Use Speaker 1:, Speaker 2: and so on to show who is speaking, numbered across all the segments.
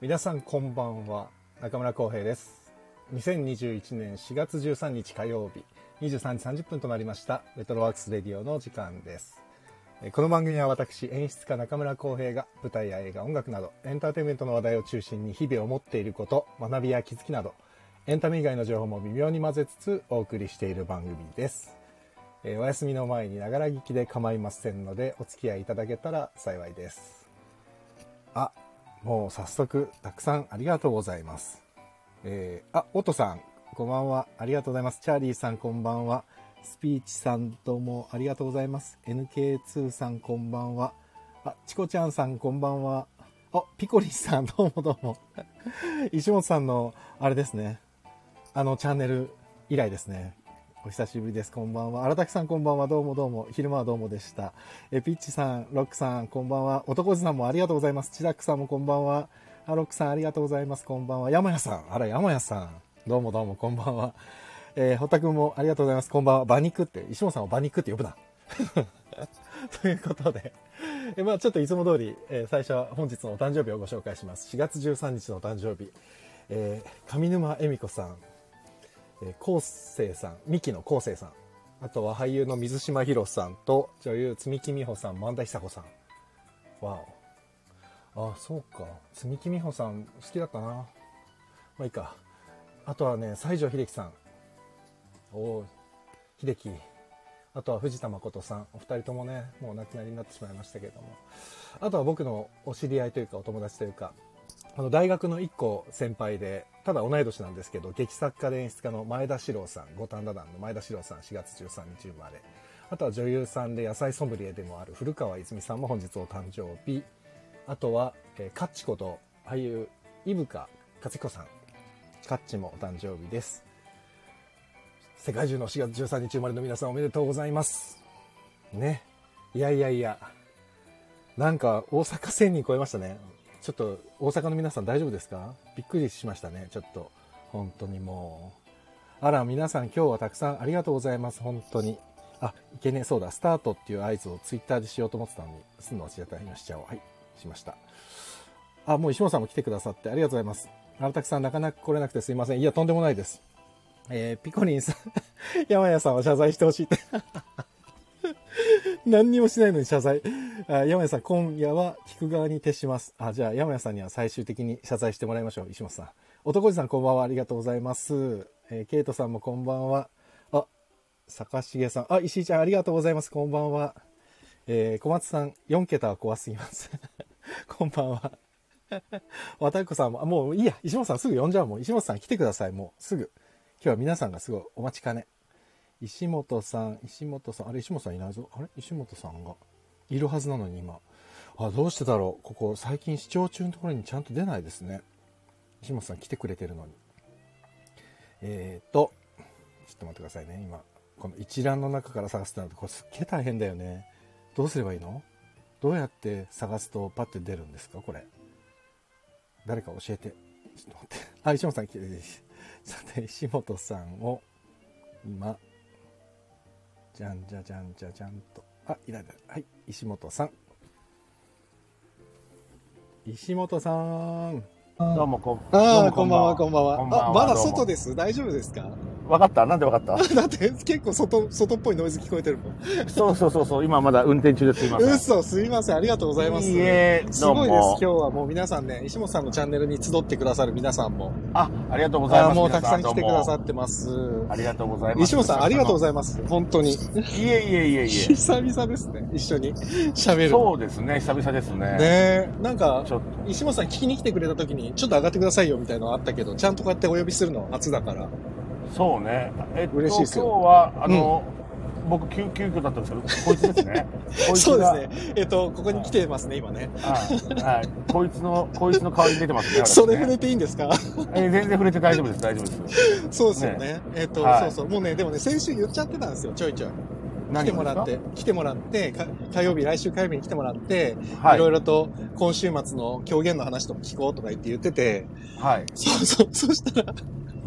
Speaker 1: 皆さんこんばんは中村浩平です2021年4月13日火曜日23時30分となりましたレトロワークスレディオの時間ですえーこの番組は私演出家中村浩平が舞台や映画音楽などエンターテインメントの話題を中心に日々思っていること学びや気づきなどエンタメ以外の情報も微妙に混ぜつつお送りしている番組ですえーお休みの前にながら聞きで構いませんのでお付き合いいただけたら幸いですあもう早速たくさんありがとうございますえーあオトさんこんばんはありがとうございますチャーリーさんこんばんはスピーチさんどうもありがとうございます NK2 さんこんばんはあチコちゃんさんこんばんはあピコリンさんどうもどうも 石本さんのあれですねあのチャンネル以来ですね。お久しぶりです。こんばんは。荒滝さんこんばんは。どうもどうも。昼間はどうもでした。え、ピッチさん、ロックさん、こんばんは。男津さんもありがとうございます。チラックさんもこんばんは。あ、ロックさんありがとうございます。こんばんは。山屋さん。あら、山屋さん。どうもどうも、こんばんは。えー、堀田くんもありがとうございます。こんばんは。馬肉って、石本さんを馬肉って呼ぶな。 ということで、えまあ、ちょっといつも通り、えー最初は本日のお誕生日をご紹介します。4月13日のお誕生日、えー上沼恵美子さん、えー、昴生さん、ミキの昴生さん、あとは俳優の水島博さんと女優積木美穂さん、萬田久子さん。わお。あ、そうか。積木美穂さん好きだったな。まあいいか。あとはね、西城秀樹さん。おお、秀樹。あとは藤田誠さん。お二人ともね、もうお亡くなりになってしまいましたけども。あとは僕のお知り合いというか、お友達というか、あの大学の1個先輩でただ同い年なんですけど劇作家で演出家の前田史郎さん五反田団の前田史郎さん4月13日生まれあとは女優さんで野菜ソムリエでもある古川泉さんも本日お誕生日あとは、えーカッチこと俳優伊深勝彦さんカッチもお誕生日です世界中の4月13日生まれの皆さんおめでとうございますねいやいやいやなんか大阪1000人超えましたね。ちょっと大阪の皆さん大丈夫ですかびっくりしましたね。ちょっと。本当にもう。あら、皆さん今日はたくさんありがとうございます。本当に。あ、いけねえ。そうだ。スタートっていう合図をツイッターでしようと思ってたのに、すんの忘れた今しちゃおう。はい。しました。あ、もう石本さんも来てくださってありがとうございます。荒拓さんなかなか来れなくてすいません。いや、とんでもないです。えー、ピコリンさん、 山谷さんは謝罪してほしいって。 何にもしないのに謝罪。あ山谷さん、今夜は聞く側に徹します。あ、じゃあ山谷さんには最終的に謝罪してもらいましょう。石本さん。男児さん、こんばんは。ありがとうございます。えーケイトさんもこんばんは。あ、坂重さん。あ、石井ちゃん、ありがとうございます。こんばんは。えー小松さん、4桁は怖すぎます。 こんばんは。渡彦さんも、あ、もういいや。石本さんすぐ呼んじゃう。もう石本さん来てください。もうすぐ。今日は皆さんがすごいお待ちかね。石本さん、石本さん、あれ石本さんいないぞ。あれ石本さんがいるはずなのに今。あ、どうしてだろう。ここ最近視聴中のところにちゃんと出ないですね。石本さん来てくれてるのに。えーと、ちょっと待ってくださいね。今、この一覧の中から探すってなると、これすっげえ大変だよね。どうすればいいのどうやって探すとパッて出るんですかこれ。誰か教えて。ちょっと待って。あ、石本さん来てる。さて、石本さんを、今、じゃんじゃじゃんじゃじゃんと。あ、いらない。はい、石本さん。石本さん。
Speaker 2: どうもこん、
Speaker 1: ああ、
Speaker 2: ど
Speaker 1: こ
Speaker 2: うん
Speaker 1: ばんは、
Speaker 2: も
Speaker 1: こんばんは。
Speaker 2: こんばんは
Speaker 1: あ、まだ
Speaker 2: どうも
Speaker 1: 外です。大丈夫ですか
Speaker 2: わかったなんでわかった
Speaker 1: だって、結構外、外っぽいノイズ聞こえてるもん。
Speaker 2: そうそうそうそう、今まだ運転中です。すいません。
Speaker 1: 嘘、すいません。ありがとうございます。
Speaker 2: いいえ、
Speaker 1: す
Speaker 2: どう
Speaker 1: ごいです。今
Speaker 2: も
Speaker 1: 日。はもう皆さんね、石本さんのチャンネルに集ってくださる皆さんも。
Speaker 2: あ、ありがとうござい
Speaker 1: あ
Speaker 2: ま
Speaker 1: ー
Speaker 2: す。
Speaker 1: もうたくさん来てくださ
Speaker 2: て。
Speaker 1: ってます。
Speaker 2: ありがとうございます。
Speaker 1: 石本さん、ありがとうご
Speaker 2: ざい
Speaker 1: ざいます。本当に。
Speaker 2: ます。いえいえいえい
Speaker 1: 久々ですね。一緒に喋
Speaker 2: え。
Speaker 1: る。
Speaker 2: そうですね、久々ですね。
Speaker 1: ねえ。なんか
Speaker 2: ち、ょっ
Speaker 1: 石本さん聞きに来てくれた時に、ちょっと上がってくださいよみたいなのあったけど、ちゃんとこうやってお呼びするのは初だから。
Speaker 2: と、そうね。えっと、
Speaker 1: 嬉しいですよ
Speaker 2: 今日は、あの、僕、急、急遽だったんですけど、こいつですね。こい つ
Speaker 1: そうで
Speaker 2: が
Speaker 1: す。ね。えっと、ここに来てますね、今ね。
Speaker 2: はい。はい。こいつの、こいつの香り出てますね。私
Speaker 1: それ
Speaker 2: ね
Speaker 1: 触れていいんですか
Speaker 2: えー全然触れて大丈夫です、大丈夫です。
Speaker 1: そうですよね。えっと、
Speaker 2: はい
Speaker 1: そうそう。もうね、でもね、先週言っちゃってたんですよ、ちょいちょい。来
Speaker 2: 何
Speaker 1: て
Speaker 2: を
Speaker 1: も
Speaker 2: で
Speaker 1: ら
Speaker 2: す
Speaker 1: っ
Speaker 2: か
Speaker 1: て、来てもらって、か火曜日、来週火曜日に来てもらって、、
Speaker 2: はいい
Speaker 1: ろい。ろと今週末の狂言の話とか聞こうとか言って言ってて、
Speaker 2: はい。
Speaker 1: そうそう、そしたら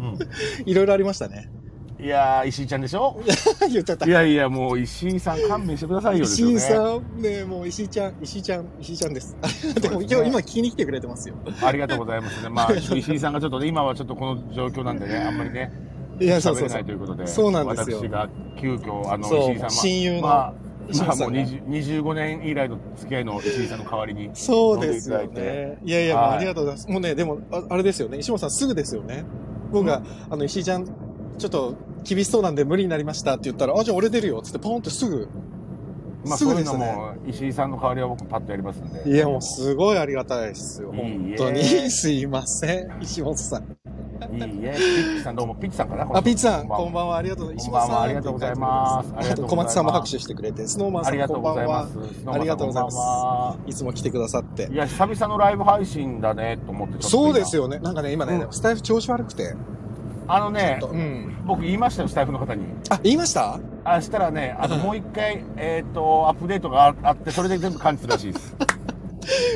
Speaker 2: うん。
Speaker 1: いろいろありましたね。
Speaker 2: いやー、石井ちゃんでしょ
Speaker 1: 言っちゃった
Speaker 2: い。やいや、もう石井さん勘弁してくださいよですよ
Speaker 1: 石
Speaker 2: ね。
Speaker 1: 井さん、ねもう石井ちゃん、石井ちゃん、石井ちゃんです。でも、今日
Speaker 2: そうですね
Speaker 1: 今聞きに来てくれてますよ。
Speaker 2: ありがとうございますね。まあ、石井さんがちょっとね、今はちょっとこの状況なんでね、あんまりね、
Speaker 1: いや、そう
Speaker 2: 喋
Speaker 1: そ
Speaker 2: れ
Speaker 1: うそ
Speaker 2: な
Speaker 1: う
Speaker 2: いと。いうことで、
Speaker 1: そうなんですよ
Speaker 2: 私が急遽、あの、
Speaker 1: そう
Speaker 2: 石井さん、まあ
Speaker 1: 親友の
Speaker 2: まあ、
Speaker 1: 石井
Speaker 2: まあ
Speaker 1: さ
Speaker 2: も
Speaker 1: ん
Speaker 2: う
Speaker 1: が
Speaker 2: 20 25年以来の付き合いの石井さんの代わりに、
Speaker 1: そうですよ
Speaker 2: 飲んでいただ
Speaker 1: ね。いやいや、もう
Speaker 2: はい
Speaker 1: ありがとうございます。もうね、でも、ああれですよね。石本さんすぐですよね。僕が、あの、石井ちゃん、ちょっと厳しそうなんで無理になりましたって言ったら、あ、じゃあ俺出るよっつってポンってすぐ。
Speaker 2: まあ、
Speaker 1: す
Speaker 2: そ
Speaker 1: ぐ
Speaker 2: う
Speaker 1: で
Speaker 2: いう
Speaker 1: した
Speaker 2: の
Speaker 1: ね
Speaker 2: も、石井さんの代わりは僕パッとやりますんで。
Speaker 1: いや、もうすごいありがたいですよ。本当に。
Speaker 2: いいえ
Speaker 1: すいません。石本さん。
Speaker 2: いいえ、ピッチさんどうも、ピッチさんかな
Speaker 1: あ、ピッツさん、こん
Speaker 2: は。
Speaker 1: ばんは。ありがとうございます。
Speaker 2: こんばんは
Speaker 1: 石本さ
Speaker 2: ありがとうございます
Speaker 1: あと小松さんも拍手してくれて、スノーマン
Speaker 2: あ
Speaker 1: さ
Speaker 2: り
Speaker 1: ん、
Speaker 2: がと
Speaker 1: こ
Speaker 2: う
Speaker 1: ば
Speaker 2: んご
Speaker 1: ん
Speaker 2: ざいま
Speaker 1: は
Speaker 2: す。。
Speaker 1: ありがとうございます
Speaker 2: スノーマンさんこんばんはい
Speaker 1: つも来てくださって
Speaker 2: い。や、久々のライブ配信だね、と思ってちょっと今。
Speaker 1: そうです
Speaker 2: よ。
Speaker 1: よね。なんかね、今ね、
Speaker 2: うん
Speaker 1: スタイフ調子悪くて。
Speaker 2: あのね、
Speaker 1: うん。
Speaker 2: 僕言いましたよ、スタイフの方に。
Speaker 1: あ、言いました
Speaker 2: あ、したらね、あの、
Speaker 1: うん
Speaker 2: もう一回、えっ、と、アップデートがああって、それで全部感知するらしい で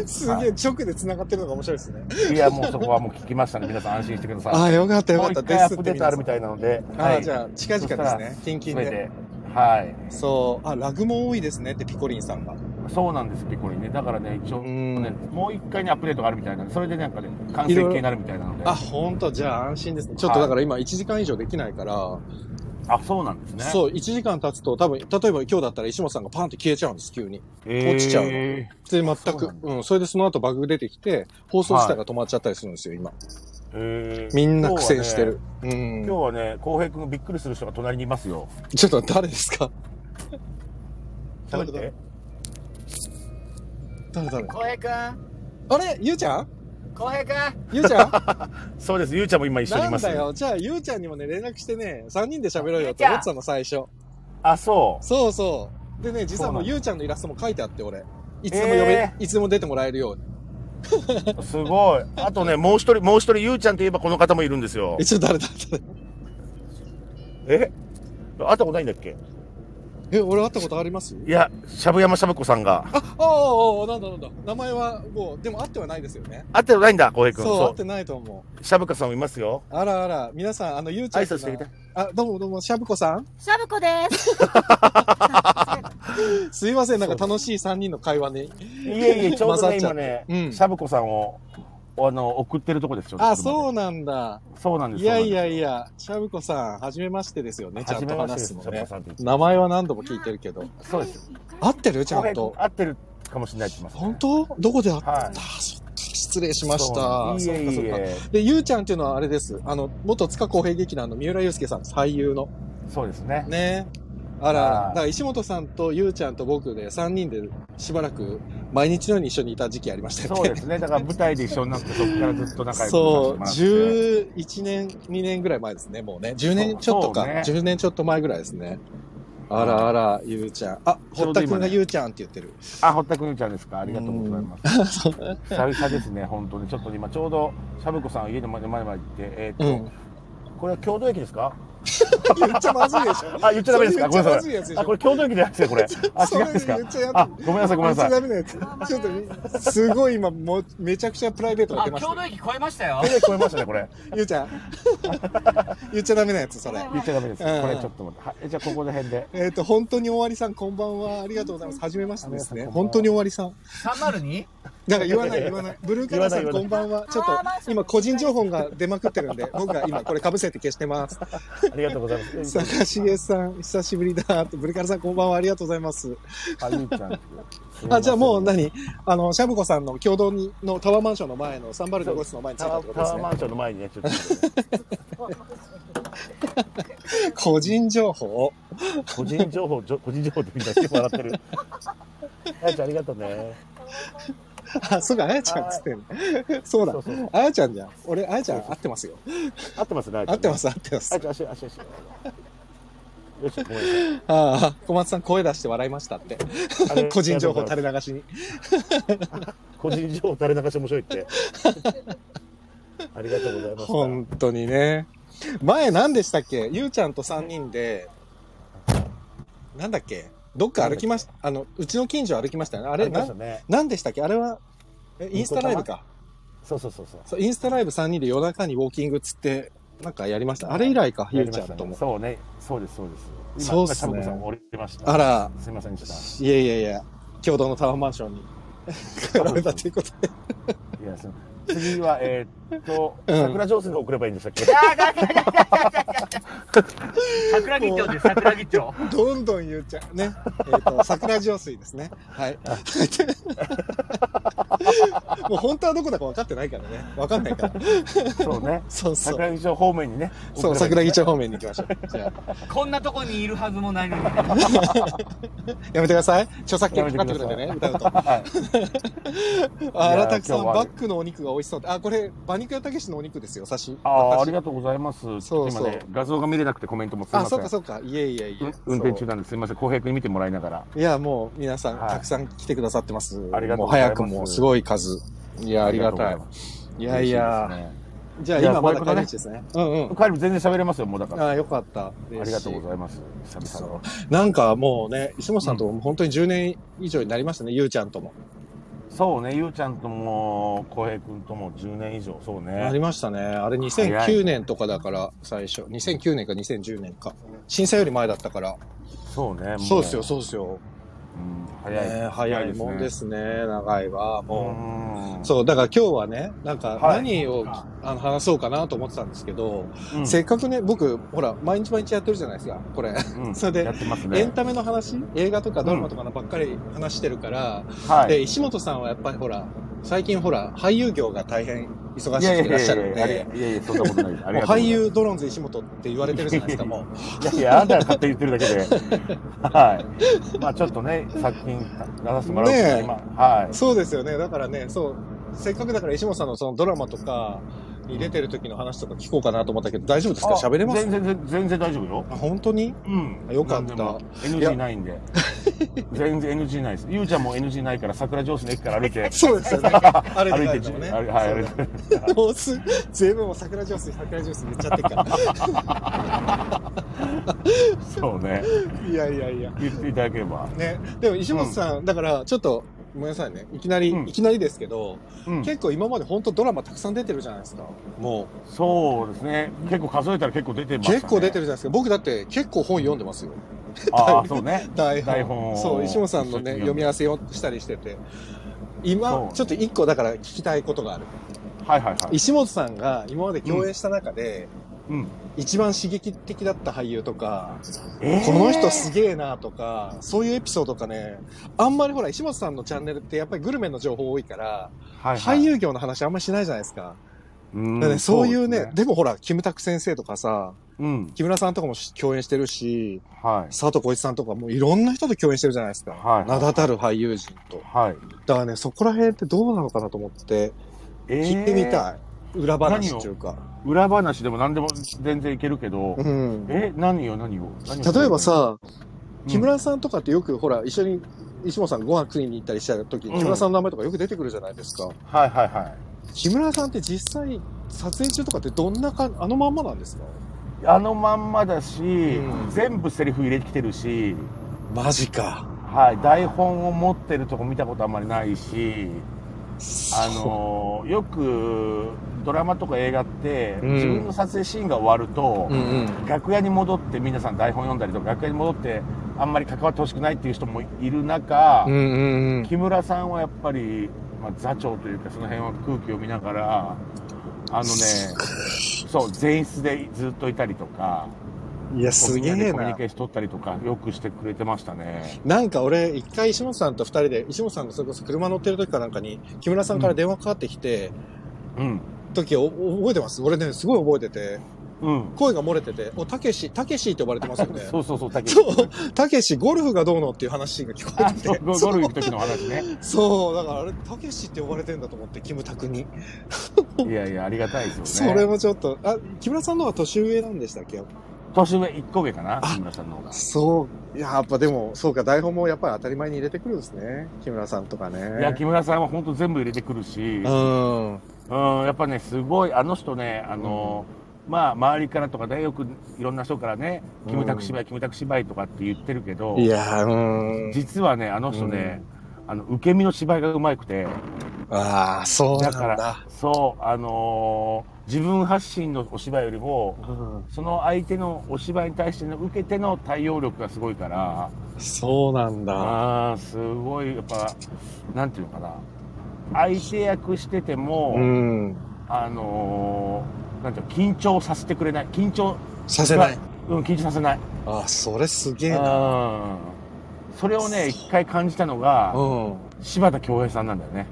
Speaker 2: す
Speaker 1: げえ、直で繋がってるのが面白いですね。
Speaker 2: す。いや、もうそこはもう聞きましたね。皆さん安心してください。
Speaker 1: あ、よかったよ
Speaker 2: も
Speaker 1: か
Speaker 2: う
Speaker 1: った
Speaker 2: 一回
Speaker 1: で
Speaker 2: ア
Speaker 1: す
Speaker 2: ッ
Speaker 1: っ
Speaker 2: プ
Speaker 1: て
Speaker 2: デートあるみたいなので、
Speaker 1: あ、
Speaker 2: はい。
Speaker 1: じ
Speaker 2: す
Speaker 1: ゃあ、近々ですね。近
Speaker 2: べ
Speaker 1: 々で
Speaker 2: て。、はい。
Speaker 1: そう。あ、ラグも多いですねってピコリンさんが。
Speaker 2: そうなんです、ピコリンね。だからね、一応、
Speaker 1: うん
Speaker 2: ね、もう一回ね、アップデートがあるみたいなのでそれでなんかね、完成形になるみたいなので。
Speaker 1: あ、
Speaker 2: あ、
Speaker 1: ほんと、じゃあ安心ですね。ちょっとだから今1時間以上できないから、
Speaker 2: そうなんですね。
Speaker 1: そう、1時間経つと多分、例えば今日だったら石本さんがパンって消えちゃうんです、急に。
Speaker 2: えー
Speaker 1: 落ちちゃうので、全
Speaker 2: そう
Speaker 1: く
Speaker 2: なん。
Speaker 1: うん。それでその後バグ出てきて、放送自体が止まっちゃったりするんですよ、今。
Speaker 2: えー
Speaker 1: みんな苦戦してる。うん
Speaker 2: 今。日はね、浩平君がびっくりする人が隣にいますよ。
Speaker 1: ちょっと誰ですか
Speaker 2: 喋って。
Speaker 1: 誰誰
Speaker 2: 浩平君
Speaker 1: あれゆうちゃん
Speaker 2: 浩平君
Speaker 1: ゆうちゃん
Speaker 2: そうです、ゆうちゃんも今一緒にい
Speaker 1: な
Speaker 2: ま
Speaker 1: ん
Speaker 2: す。
Speaker 1: だよ。じゃあ、ゆうちゃんにもね、連絡してね、3人で喋ろうよって思ってたの、最初。
Speaker 2: あ、そう。
Speaker 1: そうそう。でね、実はもう
Speaker 2: そうなの
Speaker 1: ゆうちゃんのイラストも書いてあって、俺。いつでも読め、
Speaker 2: え
Speaker 1: いつでも出てもらえるように。
Speaker 2: すご い。あとね、もう一人、もう一人、ゆうちゃんといえばこの方もいるんですよ
Speaker 1: え、。ちょっと誰だ誰
Speaker 2: え会ったことないんだっけ
Speaker 1: え、俺会ったことあります
Speaker 2: いや、しゃぶやましゃぶこさんが。
Speaker 1: あ、ああ、あなんだなんだ。名前は、もう、でも会ってはないですよね。
Speaker 2: 会ってないんだ、浩平
Speaker 1: そ
Speaker 2: 君。
Speaker 1: う、会っ
Speaker 2: そ
Speaker 1: てないと思う。
Speaker 2: う。しゃぶかさんもいますよ。
Speaker 1: あらあら、皆さん、あの、ゆうちゃん
Speaker 2: 挨
Speaker 1: ってい
Speaker 2: 拶
Speaker 1: う
Speaker 2: し
Speaker 1: の
Speaker 2: て
Speaker 1: は
Speaker 2: きて。
Speaker 1: あ、どうもどうも、しゃぶこさん
Speaker 3: シャブコです。
Speaker 1: すいません、なんか楽しい3人の会話に。
Speaker 2: いえ いえ、ちょうどね、
Speaker 1: 混ざっちゃ
Speaker 2: 今
Speaker 1: って
Speaker 2: ね、
Speaker 1: うん
Speaker 2: しゃぶこさんを、あの、送ってるとこですよ。
Speaker 1: あ、そう
Speaker 2: う。
Speaker 1: なんだ。
Speaker 2: そうなんです
Speaker 1: いやい
Speaker 2: や、
Speaker 1: やいや、しゃぶこさん、はじめましてですよね、ちゃ
Speaker 2: 初
Speaker 1: ん
Speaker 2: め
Speaker 1: と
Speaker 2: まして
Speaker 1: 話
Speaker 2: ですす、
Speaker 1: の
Speaker 2: しゃぶ
Speaker 1: ね
Speaker 2: こ。さんって言って。
Speaker 1: 名前は何度も聞いてるけど。
Speaker 2: そうです。
Speaker 1: 合ってるちゃん
Speaker 2: 浩平
Speaker 1: と
Speaker 2: 君。合ってるかもしれないって言いますね。
Speaker 1: 本当どこで会った、
Speaker 2: はい
Speaker 1: そっか失礼しました。
Speaker 2: そうい
Speaker 1: そっ
Speaker 2: え
Speaker 1: か
Speaker 2: い
Speaker 1: そっか。
Speaker 2: え。
Speaker 1: で、ゆうちゃんっていうのはあれです。あの、元塚公平劇団の三浦祐介さん、俳優の。
Speaker 2: そうですね。
Speaker 1: ね。あらあら
Speaker 2: はい
Speaker 1: だから石本さんとゆうちゃんと僕で3人でしばらく毎日のように一緒にいた時期ありましたよね。
Speaker 2: そうですね。だから舞台で一緒になって、そこからずっと仲良く
Speaker 1: そう、
Speaker 2: させてもらって
Speaker 1: 11年、2年ぐらい前ですね、もうね。10年ちょっとか、
Speaker 2: そうね
Speaker 1: 10年ちょっと前ぐらいですね。あらあら、ゆうちゃん。あ、
Speaker 2: ちょ
Speaker 1: 堀
Speaker 2: うど
Speaker 1: 田
Speaker 2: 今ね
Speaker 1: くんがゆうちゃんって言ってる。
Speaker 2: あ、堀田くんちゃんですか。ありがとうございます。久々ですね、本当に。ちょっと今、ちょうど、しゃぶこさんは家の前まで行って、えっ
Speaker 1: う
Speaker 2: と
Speaker 1: ん、。
Speaker 2: これは郷土駅ですか
Speaker 1: 言っちゃまずいでしょ。
Speaker 2: あ、言っちゃダメですかご
Speaker 1: それ言っ
Speaker 2: めんなさい
Speaker 1: ちゃまずいやつで。しょ
Speaker 2: あ、これ郷土駅じゃなくて、これ。あ、
Speaker 1: そ
Speaker 2: 違
Speaker 1: れ
Speaker 2: うんですか
Speaker 1: 言っちゃやだ
Speaker 2: あ、ごめんなさい、ごめんなさ
Speaker 1: 言
Speaker 2: い。
Speaker 1: っちゃダメなやつちょっと、すごい今、もう、めちゃくちゃプライベートが
Speaker 4: あ、
Speaker 1: 出ました
Speaker 4: 郷
Speaker 1: よ。
Speaker 4: 土駅超えましたよ
Speaker 2: 郷。土駅超えましたね、これ。
Speaker 1: ゆうちゃん。 言っちゃダメなやつ、それ。
Speaker 2: 言っちゃダメです。
Speaker 1: うん
Speaker 2: これちょっと待って。はい、じゃあここら辺で。
Speaker 1: えっ、と、本当に終わりさん、こんばんは。ありがとうございます。はじめましてですね。
Speaker 2: ありがとう
Speaker 1: 本
Speaker 2: ござ
Speaker 1: 当
Speaker 2: います
Speaker 1: に終わりさん。
Speaker 4: 302?
Speaker 1: なんか言わない、言わない。ブルーカラーさん、
Speaker 2: 言わ
Speaker 1: こ
Speaker 2: ない
Speaker 1: んばんは。ちょっと、今、個人情報が出まくってるんで、僕が今、これ被せて消してます。
Speaker 2: ありがとうございます。
Speaker 1: 坂重さん、久しぶりだ。ブルーカラーさん、こんばんは。ありがとうございます。
Speaker 2: あ、ゆうちゃん。
Speaker 1: あ、じゃあもう
Speaker 2: な
Speaker 1: 何あの、シャブコさんの共同にのタワーマンションの前のサンバルカゴ室の前に着い
Speaker 2: タ
Speaker 1: たっ
Speaker 2: ワ
Speaker 1: てこ
Speaker 2: ー
Speaker 1: と
Speaker 2: タ
Speaker 1: ですね
Speaker 2: ワーマ。ンションの前にね、ちょっと。
Speaker 1: 個人情報
Speaker 2: 個人情報、じょ個人情報ってみんな笑ってる。あやちゃんありがとうね。
Speaker 1: あ、そうか、あやちゃんっつってんの。そうだ
Speaker 2: そうそう。
Speaker 1: あやちゃんじゃん。俺、あやちゃん合ってますよ。
Speaker 2: 合ってますね。あやちゃ
Speaker 1: 合
Speaker 2: ん
Speaker 1: ってます、合ってます
Speaker 2: あや。ちゃん足足足。よいしょ、ごめんなさい
Speaker 1: ああ、小松さん声出して笑いましたって。
Speaker 2: あれ。
Speaker 1: 個人情報垂れ流しに。
Speaker 2: 個人情報垂れ流し面白いって。ありがとうございま
Speaker 1: 本当にね。前何でしたっけゆうちゃんと3人で、なんだっけどっか歩きました。あの、うちの近所歩きましたよね。あ
Speaker 2: あ
Speaker 1: れ、
Speaker 2: りま
Speaker 1: な
Speaker 2: した、ね。
Speaker 1: 何でしたっけあれは、えインスタライブか。
Speaker 2: そうそうそうそう。
Speaker 1: そうインスタライブ3人で夜中にウォーキングっつって、なんかやりました。あれ以来か、ゆうちゃんとも。
Speaker 2: そうね。そうです、そうです。
Speaker 1: そうっすね
Speaker 2: サブコさん降りてました。
Speaker 1: あ。ら、
Speaker 2: すいませんでし
Speaker 1: いやいやいや、共同のタワーマンション に
Speaker 2: た。
Speaker 1: 並べたということで。
Speaker 2: いや、その 次は、えーっと、
Speaker 1: うん
Speaker 2: 桜上水に送ればいいんでしたっけ
Speaker 4: 桜木町で桜木町。
Speaker 1: どんどんゆうちゃんね。えっ、 と、桜上水ですね。はい。 もう本当はどこだか分かってないからね。分かんないから。
Speaker 2: そうね。
Speaker 1: そうそう。
Speaker 2: 桜木町方面にね。
Speaker 1: そう、
Speaker 2: 送れば
Speaker 1: 桜
Speaker 2: いい
Speaker 1: 木町
Speaker 2: んですね
Speaker 1: 方面に行きましょう。じゃあ、
Speaker 4: こんなとこにいるはずもないのに。
Speaker 1: やめてください。著作権
Speaker 2: やめ
Speaker 1: か
Speaker 2: て
Speaker 1: か
Speaker 2: く
Speaker 1: ってく
Speaker 2: ださ
Speaker 1: る
Speaker 2: い
Speaker 1: んでね、歌うと。
Speaker 2: はい。
Speaker 1: あ、荒滝さん、
Speaker 2: 今日は
Speaker 1: バックのお肉が美味しそうで。あ、これ、馬肉屋たけしのお肉ですよ、差し。
Speaker 2: ああ、あ
Speaker 1: 私
Speaker 2: りがとうございます。
Speaker 1: そうそう
Speaker 2: 今ね、画像が見れなくてコメントもすいま
Speaker 1: あ、
Speaker 2: せ
Speaker 1: そ
Speaker 2: ん。
Speaker 1: うかそうか。いえいえいえ。
Speaker 2: 運転中
Speaker 1: だ。
Speaker 2: なんですいません。浩平君に見てもらいながら。
Speaker 1: いや、もう皆さん、
Speaker 2: はい
Speaker 1: たくさん来てくださってます。
Speaker 2: ありが
Speaker 1: も
Speaker 2: とう
Speaker 1: う
Speaker 2: ござい
Speaker 1: 早
Speaker 2: ます
Speaker 1: くも、すごい数。いや、ありがたい。
Speaker 2: す。
Speaker 1: いやいや、
Speaker 2: 嬉しいですね
Speaker 1: じゃあ
Speaker 2: いや
Speaker 1: 今まだ
Speaker 2: こういうこ
Speaker 1: 帰
Speaker 2: とね
Speaker 1: り道ですね。うんうん。
Speaker 2: 帰りも全然喋れますよ、もうだから。
Speaker 1: ああ、よかった。あ
Speaker 2: ありがとうございます。久々の。
Speaker 1: なんかもうね、石本さんとも本当に10年以上になりましたね、ゆうちゃんとも。
Speaker 2: そうね、ゆうちゃんとも、浩平君とも10年以上、そう
Speaker 1: なり
Speaker 2: ね。
Speaker 1: ましたね。あれ
Speaker 2: 早
Speaker 1: 2009年とかだから、最初。2009年か2010年か。震災より前だったから。
Speaker 2: そうね。も
Speaker 1: そうですよ、そうですよ。
Speaker 2: うん早い
Speaker 1: ね、早いもんで。すね、長いわ。
Speaker 2: う
Speaker 1: も
Speaker 2: ん
Speaker 1: う。そう、だから今日はね、なんか
Speaker 2: はい
Speaker 1: 何を、あの話そうかなと思ってたんですけど、
Speaker 2: うん
Speaker 1: せっかくね、僕、ほら、毎日毎日やってるじゃないですか、これ。
Speaker 2: うん
Speaker 1: それで
Speaker 2: やってます
Speaker 1: エン
Speaker 2: ね。
Speaker 1: タメの話映画とかドラマとかのばっかり話してるから、
Speaker 2: は
Speaker 1: で、
Speaker 2: い。
Speaker 1: 石本さんはやっぱりほら、最近ほら、俳優業が大変忙しく
Speaker 2: いやいや
Speaker 1: てい
Speaker 2: い
Speaker 1: らっ
Speaker 2: やい
Speaker 1: しゃるん
Speaker 2: やい
Speaker 1: で
Speaker 2: や、、いやいや、そんなことないです。あ
Speaker 1: も
Speaker 2: り
Speaker 1: う俳
Speaker 2: がとうございます
Speaker 1: 優ドローンズ石本って言われてるじゃないですか、も
Speaker 2: いやいや、あんたが勝手に言ってるだけで。はい。まあちょっとね、作品出させてもらう
Speaker 1: ね
Speaker 2: こと
Speaker 1: え
Speaker 2: で今、は
Speaker 1: う。そうですよね、だからね、そう、せっかくだから石本さんのそのドラマとかに出てる時の話とか聞こうかなと思ったけど、大丈夫ですか
Speaker 2: い。
Speaker 1: 喋れます
Speaker 2: 全然、全然全然大丈夫よ。
Speaker 1: あ本当に
Speaker 2: うん
Speaker 1: よかった
Speaker 2: なんでも
Speaker 1: いや。
Speaker 2: NG ないんで。全然 NG ないです。ゆうちゃんも NG ないから、桜上水の駅から歩いて
Speaker 1: そう ですよね。 歩いて帰るのもね。
Speaker 2: 歩いてはい、歩い
Speaker 1: そう
Speaker 2: て。
Speaker 1: だ もうす、全部もう桜ジュース、桜ジュース言っちゃってる から。
Speaker 2: そうね。
Speaker 1: いやいやいや。
Speaker 2: 言っていただければ。
Speaker 1: ね、でも石本さん、だからちょっとごめんなさいねいきなり、
Speaker 2: うん
Speaker 1: いきなりですけど、
Speaker 2: うん。
Speaker 1: 結構今まで本当ドラマたくさん出てるじゃないですかも
Speaker 2: そうですね。結構数えたら結構出て
Speaker 1: う
Speaker 2: ます、ね。
Speaker 1: 結構出てるじゃないですか僕だって結構本読んでますよ
Speaker 2: ああ、そうね。
Speaker 1: 台本
Speaker 2: 台本を
Speaker 1: そう石本さんのね
Speaker 2: 一緒に
Speaker 1: 読み合わせをしたりしてて今
Speaker 2: そう
Speaker 1: ちょっと一個だから聞きたいことがある
Speaker 2: はいはいはい。
Speaker 1: 石本さんが今まで共演した中で、
Speaker 2: うん。
Speaker 1: 一番刺激的だった俳優とか、
Speaker 2: え
Speaker 1: この人すげえなとか、そういうエピソードとかね、あんまりほら、石本さんのチャンネルってやっぱりグルメの情報多いから、
Speaker 2: はいはい、
Speaker 1: 俳優業の話あんまりしないじゃないですか。
Speaker 2: うん、
Speaker 1: だからねそういうね
Speaker 2: で
Speaker 1: ですもほら、キムタク先生とかさ、
Speaker 2: うん。
Speaker 1: 木村さんとかも共演してるし、
Speaker 2: はい。
Speaker 1: 佐藤浩市さんとかもういろんな人と共演してるじゃないですか。
Speaker 2: はい
Speaker 1: 名だたる俳優陣と。
Speaker 2: はい。
Speaker 1: だからね、そこら辺ってどうなのかなと思って、
Speaker 2: えー
Speaker 1: 聞いてみたい。裏話っていうか。
Speaker 2: 裏話でも何でも全然いけるけど、
Speaker 1: うん。例
Speaker 2: え、何よ、何を。何を
Speaker 1: えば、さ、
Speaker 2: うん
Speaker 1: 木村さんとかってよくほら、一緒に、石本さんご飯食いに行ったりした時に、
Speaker 2: うん
Speaker 1: 木村さんの名前とかよく出てくるじゃないですか。
Speaker 2: はいはいは
Speaker 1: 木村さんって実際、撮影中とかってどんなか、あのまんまなんですか
Speaker 2: い。あのまんまだし、
Speaker 1: うん
Speaker 2: 全部セリフ入れてきてるし、
Speaker 1: マジか。
Speaker 2: はい、台本を持ってるとこ見たことあんまりないし、あのーよくドラマとか映画って、
Speaker 1: うん
Speaker 2: 自分の撮影シーンが終わると、
Speaker 1: うんうん。
Speaker 2: 楽屋に戻って皆さん台本読んだりとか、楽屋に戻ってあんまり関わってほしくないっていう人もいる中、
Speaker 1: うんうんうん。
Speaker 2: 木村さんはやっぱり、まあ、座長というかその辺は空気を見ながらあのねそう前室でずっといたりとか
Speaker 1: いや、すげ
Speaker 2: みんな
Speaker 1: え
Speaker 2: でコミュニ
Speaker 1: な
Speaker 2: ケ。ーション取ったりとかよくしてくれてましたね
Speaker 1: なんか俺、一回石本さんと二人で、石本さんのそれこそ車乗ってる時かなんかに、木村さんから電話かかってきて、
Speaker 2: うん
Speaker 1: 時を覚えてます俺ね、すごい覚えてて、
Speaker 2: うん
Speaker 1: 声が漏れてて、お、たけし、たけしって呼ばれてますよね
Speaker 2: そ。うそうそう竹内
Speaker 1: そう、たけし、ゴルフがどうのっていう話が聞こ
Speaker 2: あ
Speaker 1: えて
Speaker 2: そう
Speaker 1: て。
Speaker 2: ゴゴルフ行く時の話ね
Speaker 1: そう、だからあれ、たけしって呼ばれてんだと思って、キムタクに。
Speaker 2: いやいやありがたいです
Speaker 1: そ
Speaker 2: よ
Speaker 1: れ
Speaker 2: ね
Speaker 1: もちょっと、あ、木村さんの方が年上なんでしたっけ
Speaker 2: 年上1個上かな
Speaker 1: あ
Speaker 2: 木村さんの方が
Speaker 1: そう、いや、やっぱでも、そうか、台本もやっぱり当たり前に入れてくるんですね。木村さんとかね。
Speaker 2: いや木村さんは本当全部入れてくるし、
Speaker 1: うん。
Speaker 2: うん、やっぱね、すごい、あの人ね、あの、まあ、周りからとかね、よくいろんな人からね、キムタク芝居、キムタク芝居とかって言ってるけど、
Speaker 1: いやー、うーん。
Speaker 2: 実はね、あの人ね、あの受け身の芝居がうまくて
Speaker 1: ああ、そうな
Speaker 2: だ
Speaker 1: ん
Speaker 2: か
Speaker 1: だ。
Speaker 2: らそうあのー自分発信のお芝居よりも
Speaker 1: うん
Speaker 2: その相手のお芝居に対しての受け手の対応力がすごいから
Speaker 1: そうなんだ。
Speaker 2: あーすごいやっぱなんていうのかな相手役してても、
Speaker 1: うん。
Speaker 2: あのーなんていうの緊張させてくれない緊張
Speaker 1: させない。
Speaker 2: うん緊張させない
Speaker 1: ああ、それすげえな。
Speaker 2: うんそれをね一回感じたのが
Speaker 1: うん。
Speaker 2: 柴田恭平さんなんだよね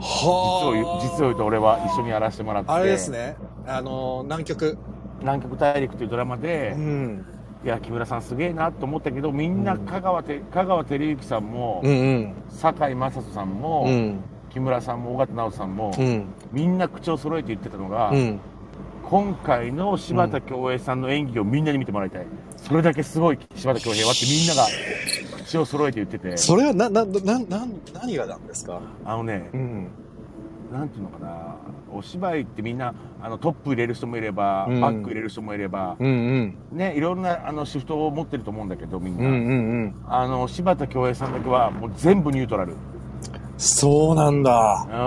Speaker 1: はあ。
Speaker 2: 実を言う実を言うと俺は一緒にやらせてもらって
Speaker 1: あれですね。あのー、南極。
Speaker 2: 南極大陸というドラマで、
Speaker 1: うん。
Speaker 2: いや木村さんすげえなと思ったけどみんな
Speaker 1: うん
Speaker 2: 香川て香川照之さんも、
Speaker 1: うん
Speaker 2: 堺雅人さんも、
Speaker 1: うん。うん。
Speaker 2: 木村さんも尾形直人さんも、
Speaker 1: うん。
Speaker 2: みんな口を揃えて言ってたのが、
Speaker 1: うん。
Speaker 2: 今回の柴田恭平さんの演技をみんなに見てもらいたいそれだけすごい柴田恭平はってみんなが口を揃えて言ってて
Speaker 1: それはな、な、な、な、何がなんですか
Speaker 2: あのね
Speaker 1: うん。
Speaker 2: なんていうのかなお芝居ってみんなあのトップ入れる人もいれば、
Speaker 1: うん
Speaker 2: バック入れる人もいれば、
Speaker 1: うんうん。
Speaker 2: ねいろんなあのシフトを持ってると思うんだけどみん
Speaker 1: う
Speaker 2: な、
Speaker 1: んうんうん。
Speaker 2: あの柴田恭平さんだけはもう全部ニュートラル
Speaker 1: そうなんだ
Speaker 2: う。んあ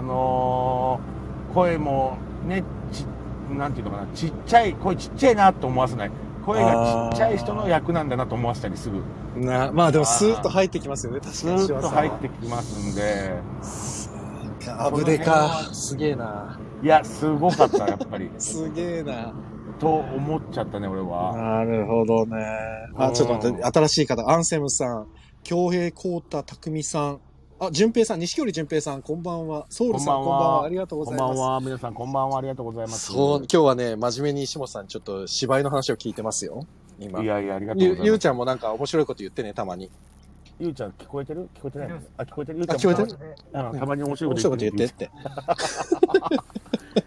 Speaker 2: のー声もねちなんていうのかなちっちゃい声ちっちゃいなと思わせない声がちっちゃい人の役なんだなと思わせたりすぐ
Speaker 1: な、まあでもスーッと入ってきますよね、確
Speaker 2: ス
Speaker 1: か
Speaker 2: ー
Speaker 1: に。
Speaker 2: ッと入ってきますんで
Speaker 1: あぶでか。すげえな。
Speaker 2: いやすごかったやっぱり
Speaker 1: すげえな。
Speaker 2: と思っちゃったね俺は
Speaker 1: なるほどね。
Speaker 2: う
Speaker 1: あ、
Speaker 2: ん
Speaker 1: ちょっと待って、新しい方、アンセムさん、京平浩太匠さん、あ、淳平さん、錦織淳平さん、こんばんは。ソウルさん、こん
Speaker 2: こん
Speaker 1: ば
Speaker 2: ば
Speaker 1: ん
Speaker 2: んは
Speaker 1: は。ありがとうご
Speaker 2: こ
Speaker 1: ざ
Speaker 2: ん
Speaker 1: い
Speaker 2: ばん
Speaker 1: ます。
Speaker 2: は皆さんこんばんはありがとうございます
Speaker 1: そう、今日はね、真面目に石本さん、ちょっと芝居の話を聞いてますよ。今。
Speaker 2: いやいやありがとう
Speaker 1: ゆ
Speaker 2: ござい
Speaker 1: ゆ
Speaker 2: ま
Speaker 1: う
Speaker 2: す
Speaker 1: ちゃんもなんか面白いこと言ってね、たまに。
Speaker 2: ゆうちゃん聞こえてる聞こえてない
Speaker 4: 聞こえて
Speaker 2: あ聞こえてるゆうち
Speaker 1: あ
Speaker 2: ゃん
Speaker 1: 聞こえてる
Speaker 2: うんたまに面白い
Speaker 1: 面白
Speaker 2: こと
Speaker 1: いこと言ってって。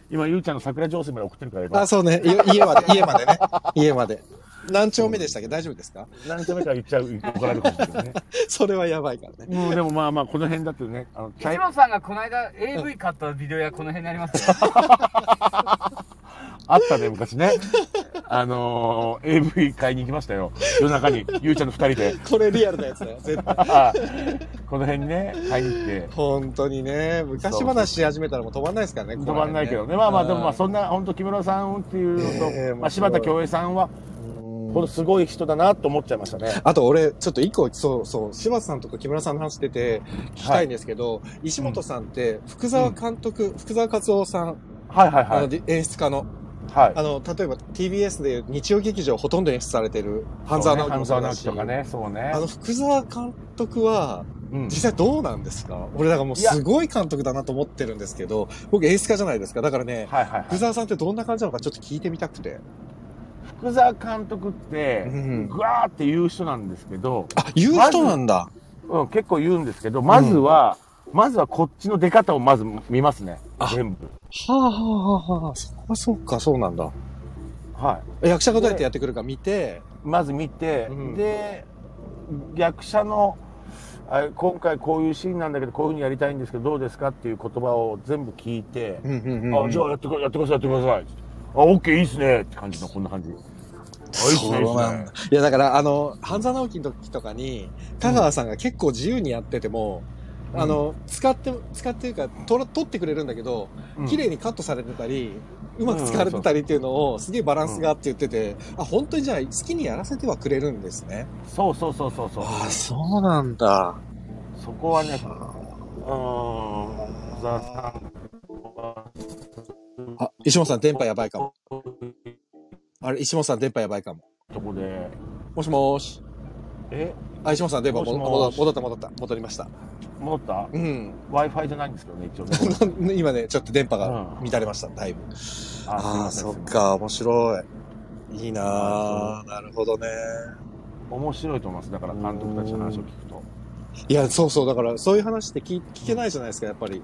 Speaker 2: 今ゆうちゃんの桜上水まで送ってるから今
Speaker 1: あ、そうね。い 家まで、家までね。家まで。何丁目でしたっけ大丈夫ですか
Speaker 2: 何回目か言っちゃう怒られるかもしれ ないね
Speaker 1: それはやばいからね。
Speaker 2: もうでもまあまあこの辺だってねあのチャ
Speaker 4: 一
Speaker 2: イ
Speaker 4: 郎さんがこの間 AV 買ったビデオ屋この辺にありますよ。
Speaker 2: あったね昔ねあのー、AV 買いに行きましたよ夜中にゆうちゃんの二人で
Speaker 1: これリアルなやつだよ、絶対。
Speaker 2: この辺にね買いに行って
Speaker 1: 本当にね、昔話し始めたらもう止まんないですからね。
Speaker 2: 止まんないけど
Speaker 1: こ
Speaker 2: ねまあまあでもまあ
Speaker 1: う
Speaker 2: そんな本当木村さんっていうのと、
Speaker 1: ええ
Speaker 2: まあ、柴田恭平さんは
Speaker 1: うん
Speaker 2: 本当すごい人だなと思っちゃいましたね
Speaker 1: あと俺、ちょっと一個、そうそう、柴田さんとか木村さんの話出て、聞きたいんですけど、石本さんって、福沢監督、福沢克夫さん、
Speaker 2: はいはいは
Speaker 1: あの
Speaker 2: い
Speaker 1: で演出家の、
Speaker 2: はい
Speaker 1: あの、例えば TBS でいう日曜劇場ほとんど演出されてる、半沢直樹も
Speaker 2: 半
Speaker 1: そう
Speaker 2: 沢
Speaker 1: だ
Speaker 2: 直
Speaker 1: し
Speaker 2: 樹とか。ねそうね
Speaker 1: あの、福沢監督は、
Speaker 2: うん
Speaker 1: 実際どうなんですか俺だからもう
Speaker 2: いや
Speaker 1: すごい監督だなと思ってるんですけど、僕演出家じゃないですか。だからね、
Speaker 2: はいはいは
Speaker 1: 福
Speaker 2: い
Speaker 1: 沢さんってどんな感じなのかちょっと聞いてみたくて。
Speaker 2: 福沢監督って
Speaker 1: うん
Speaker 2: グワーって言う人なんですけど、
Speaker 1: あ、言う人なんだ。
Speaker 2: うん、結構言うんですけど、まずは、まずはこっちの出方をまず見ますね
Speaker 1: あ。
Speaker 2: 全部。
Speaker 1: はあはあはあはあ、そこはそうか、そうなんだ。
Speaker 2: は
Speaker 1: 役者がどうやってやってくるか見て、
Speaker 2: い。まず見て、
Speaker 1: うん
Speaker 2: で、役者の、あ今回こういうシーンなんだけど、こういうふうにやりたいんですけど、どうですかっていう言葉を全部聞いて、
Speaker 1: うんうんうんうん
Speaker 2: あ、じゃあやってくやってください、やってください。あ、オッケーいいっすねって感じの、こんな感じ。あ、いいっすね、いい
Speaker 1: そうな
Speaker 2: っ
Speaker 1: んだ
Speaker 2: すね。。
Speaker 1: いや、だから、あの、半沢直樹の時とかに、香川さんが結構自由にやってても、
Speaker 2: うん
Speaker 1: あの、使って、使ってるか、とら、取ってくれるんだけど、
Speaker 2: うん
Speaker 1: 綺麗にカットされてたり、うまく使われてたりっていうのを、すげえバランスがあって言ってて、あ、本当にじゃあ、好きにやらせてはくれるんですね。
Speaker 2: そうそうそうそうそう。
Speaker 1: あ、そうなんだ。
Speaker 2: そこはね、うーん、小沢さんは
Speaker 1: あ、石本さん、電波やばいかも。あれ、石本さん、電波やばいかも。
Speaker 2: とこで、
Speaker 1: もしもーし。
Speaker 2: え
Speaker 1: あ、石本さん、電波戻
Speaker 2: もしもーし
Speaker 1: 戻った、戻った、戻りました。
Speaker 2: 戻った
Speaker 1: うん
Speaker 2: ?Wi-Fi じゃないんですけどね、一応 ね。
Speaker 1: 今ね、ちょっと電波が
Speaker 2: うん
Speaker 1: 乱れました、だいぶ。ああ、
Speaker 2: すい
Speaker 1: そ
Speaker 2: ませ
Speaker 1: っ
Speaker 2: ん。
Speaker 1: か、面白い。いいな
Speaker 2: あ
Speaker 1: ぁ。なるほどね。
Speaker 2: 面白いと思います。だから監督たちの話を聞くと。
Speaker 1: いや、そうそう、だから、そういう話って聞聞けないじゃないですか、やっぱり。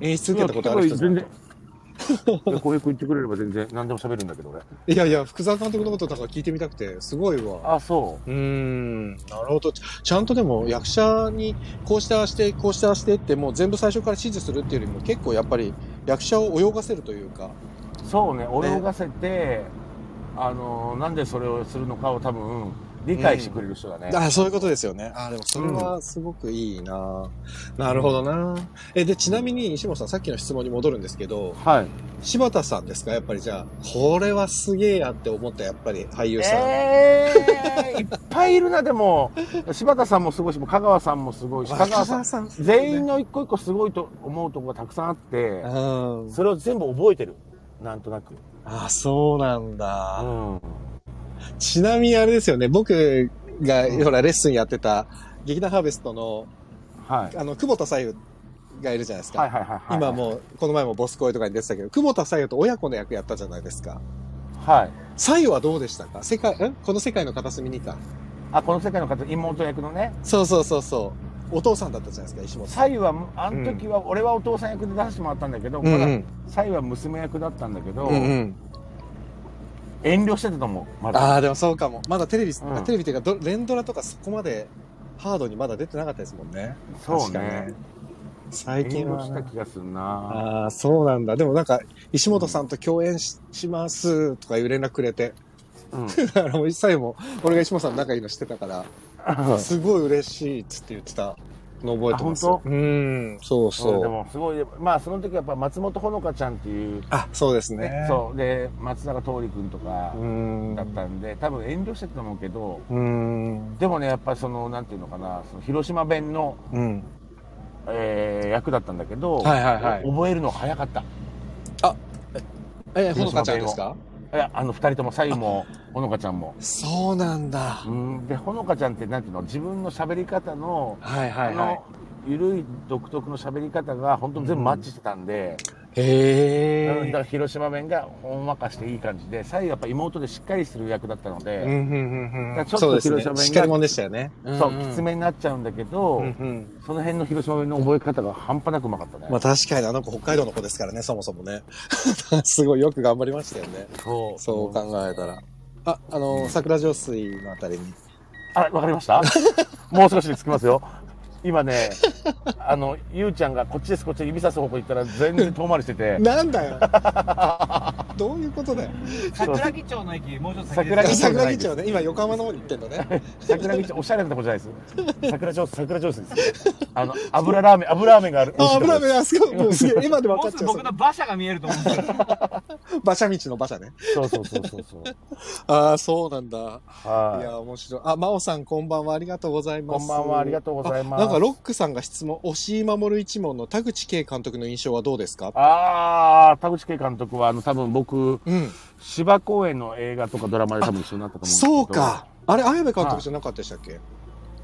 Speaker 1: 演出受けたことある人じゃ
Speaker 2: 全
Speaker 1: ない
Speaker 2: 然。こう いう子言ってくれれば全然何でも喋るんだけど俺。
Speaker 1: いやいや、福沢監督のことだから聞いてみたくて、すごいわ。
Speaker 2: あ、そう
Speaker 1: ーん、なるほど。ちゃんとでも、役者に、こうしてああして、こうしてああしてって、もう全部最初から指示するっていうよりも、結構やっぱり、役者を泳がせるというか。
Speaker 2: う。そうね、泳がせて、あの、なんでそれをするのかを多分、理解してくれる人だね。
Speaker 1: あそういうことですよね。あでもそれはすごくいいな、なるほどなえ、で、ちなみに西本さん、さっきの質問に戻るんですけど、
Speaker 2: はい。
Speaker 1: 柴田さんですかやっぱりじゃあ、これはすげえやって思った、やっぱり俳優さん。
Speaker 2: ええー、いっぱいいるな、でも。柴田さんもすごいし、もう香川さんもすごいし、香川さん、
Speaker 1: さん
Speaker 2: 全員の一個一個すごいと思うところがたくさんあって、
Speaker 1: うん。
Speaker 2: それを全部覚えてる。なんとなく。
Speaker 1: あ、そうなん
Speaker 2: う
Speaker 1: だ。
Speaker 2: ん。
Speaker 1: ちなみにあれですよね、僕が、
Speaker 2: うん
Speaker 1: ほら、レッスンやってた、劇団ハーベストの、
Speaker 2: はい。
Speaker 1: あの、久保田左右がいるじゃないですか。
Speaker 2: はいはいはいはい。
Speaker 1: 今もう、この前もボス恋とかに出てたけど、久保田左右と親子の役やったじゃないですか。
Speaker 2: はい。
Speaker 1: 左右はどうでしたか世界、んこの世界の片隅にか。
Speaker 2: あ、この世界の方、妹役のね。
Speaker 1: そうそうそうそう。お父さんだったじゃないですか、石本さん。
Speaker 2: サイは、あの時は、俺はお父さん役で出してもらったんだけど、まだ、サイは娘役だったんだけど、
Speaker 1: ん。
Speaker 2: 遠慮してたと思う。まだ。
Speaker 1: ああ、でもそうかも。まだテレビ、
Speaker 2: うん
Speaker 1: テレビっていうかど、連ドラとかそこまでハードにまだ出てなかったですもんね。
Speaker 2: そう
Speaker 1: 確か
Speaker 2: ね
Speaker 1: に。最
Speaker 2: 遠
Speaker 1: 近
Speaker 2: 慮
Speaker 1: は
Speaker 2: し
Speaker 1: な
Speaker 2: た。気がするな。
Speaker 1: ああ、そうなんだ。でもなんか、石本さんと共演し,、ますとかいう連絡くれて、
Speaker 2: うん。
Speaker 1: あの、一切も、俺が石本さんの仲いいのしてたから、すごい嬉しいっつって言ってたの覚えてます。
Speaker 2: あ本
Speaker 1: 当うん、そう
Speaker 2: そうで
Speaker 1: そう。
Speaker 2: もすごいまあその時はやっぱ松本穂香ちゃんっていう、
Speaker 1: あ、そうですね。
Speaker 2: そうで松坂桃李君とか
Speaker 1: うん。
Speaker 2: だったんで、多分遠慮してたと思うけど
Speaker 1: うん。
Speaker 2: でもねやっぱりそのなんていうのかなその広島弁の、
Speaker 1: うん。
Speaker 2: えー役だったんだけど、
Speaker 1: はいはいはい
Speaker 2: 覚えるの早かったい
Speaker 1: え、ほのかちゃんですか
Speaker 2: やあの二人とも左右も穂香ちゃんも。
Speaker 1: そうなんだ
Speaker 2: う。んで穂香ちゃんってなんていうの自分の喋り方の、
Speaker 1: はいはい
Speaker 2: あ
Speaker 1: はい
Speaker 2: の。緩い独特の喋り方が本当に全部マッチしてたんで。
Speaker 1: へ
Speaker 2: うんだか
Speaker 1: え。
Speaker 2: ら広島弁がほんわかしていい感じで、最後やっぱ妹でしっかりする役だったの
Speaker 1: う
Speaker 2: で、
Speaker 1: んうんうんう
Speaker 2: だから
Speaker 1: ん
Speaker 2: ちょっと
Speaker 1: そうですね
Speaker 2: 広島弁。が
Speaker 1: しっかりもんでしたよね。
Speaker 2: そう、
Speaker 1: んん
Speaker 2: きつめになっちゃうんだけど、
Speaker 1: うんうん
Speaker 2: その辺の広島弁の覚え方が半端なくうまかったね。
Speaker 1: まあ確かにあの子北海道の子ですからね、そもそもね。 すごいよく頑張りましたよね。
Speaker 2: そう
Speaker 1: そう考えたら。あ、あの、桜上水のあたりに。
Speaker 2: あ、わかりました もう少しで着きますよ。今ね、あの、ゆうちゃんがこっちです、こっちで指さす方向行ったら全然遠回りしてて、
Speaker 1: なんだよどういうことだよ。
Speaker 4: 桜木町の駅、もうちょっと先
Speaker 2: 桜
Speaker 4: で
Speaker 2: 木
Speaker 4: す。
Speaker 1: 桜木町ね、今横浜の方に行ってんの ね。
Speaker 2: 桜道、おしゃれなとこじゃないです。桜上、桜上水です。あの、油ラーメン、油ラーメンがある。
Speaker 1: あ、危ない危ない、あ すごい、もうすげえ、今で分
Speaker 4: も
Speaker 1: か
Speaker 4: う
Speaker 1: っ
Speaker 4: す
Speaker 1: ち
Speaker 4: ぐ
Speaker 1: ゃ
Speaker 4: 僕の
Speaker 1: う。
Speaker 4: 馬車が見えると思うんですよ。
Speaker 1: 馬車道の馬車ね。
Speaker 2: そうそうそうそうそう。
Speaker 1: ああ、そうなんだ。い
Speaker 2: は
Speaker 1: や、面白い。あ、真央さん、こんばんは。ありがとうござい
Speaker 2: い。
Speaker 1: ま
Speaker 2: こ
Speaker 1: す。
Speaker 2: んばんは、ありがとうございます。
Speaker 1: なんか、ロックさんが質問、押井守一門の田口圭監督の印象はどうですか
Speaker 2: ああ、田口圭監督は、あの、多分僕、
Speaker 1: うん。
Speaker 2: 芝公園の映画とかドラマで多分一緒になったと思うんですけど。
Speaker 1: そう。か。あれ、綾部監督じゃなかったでしたっけ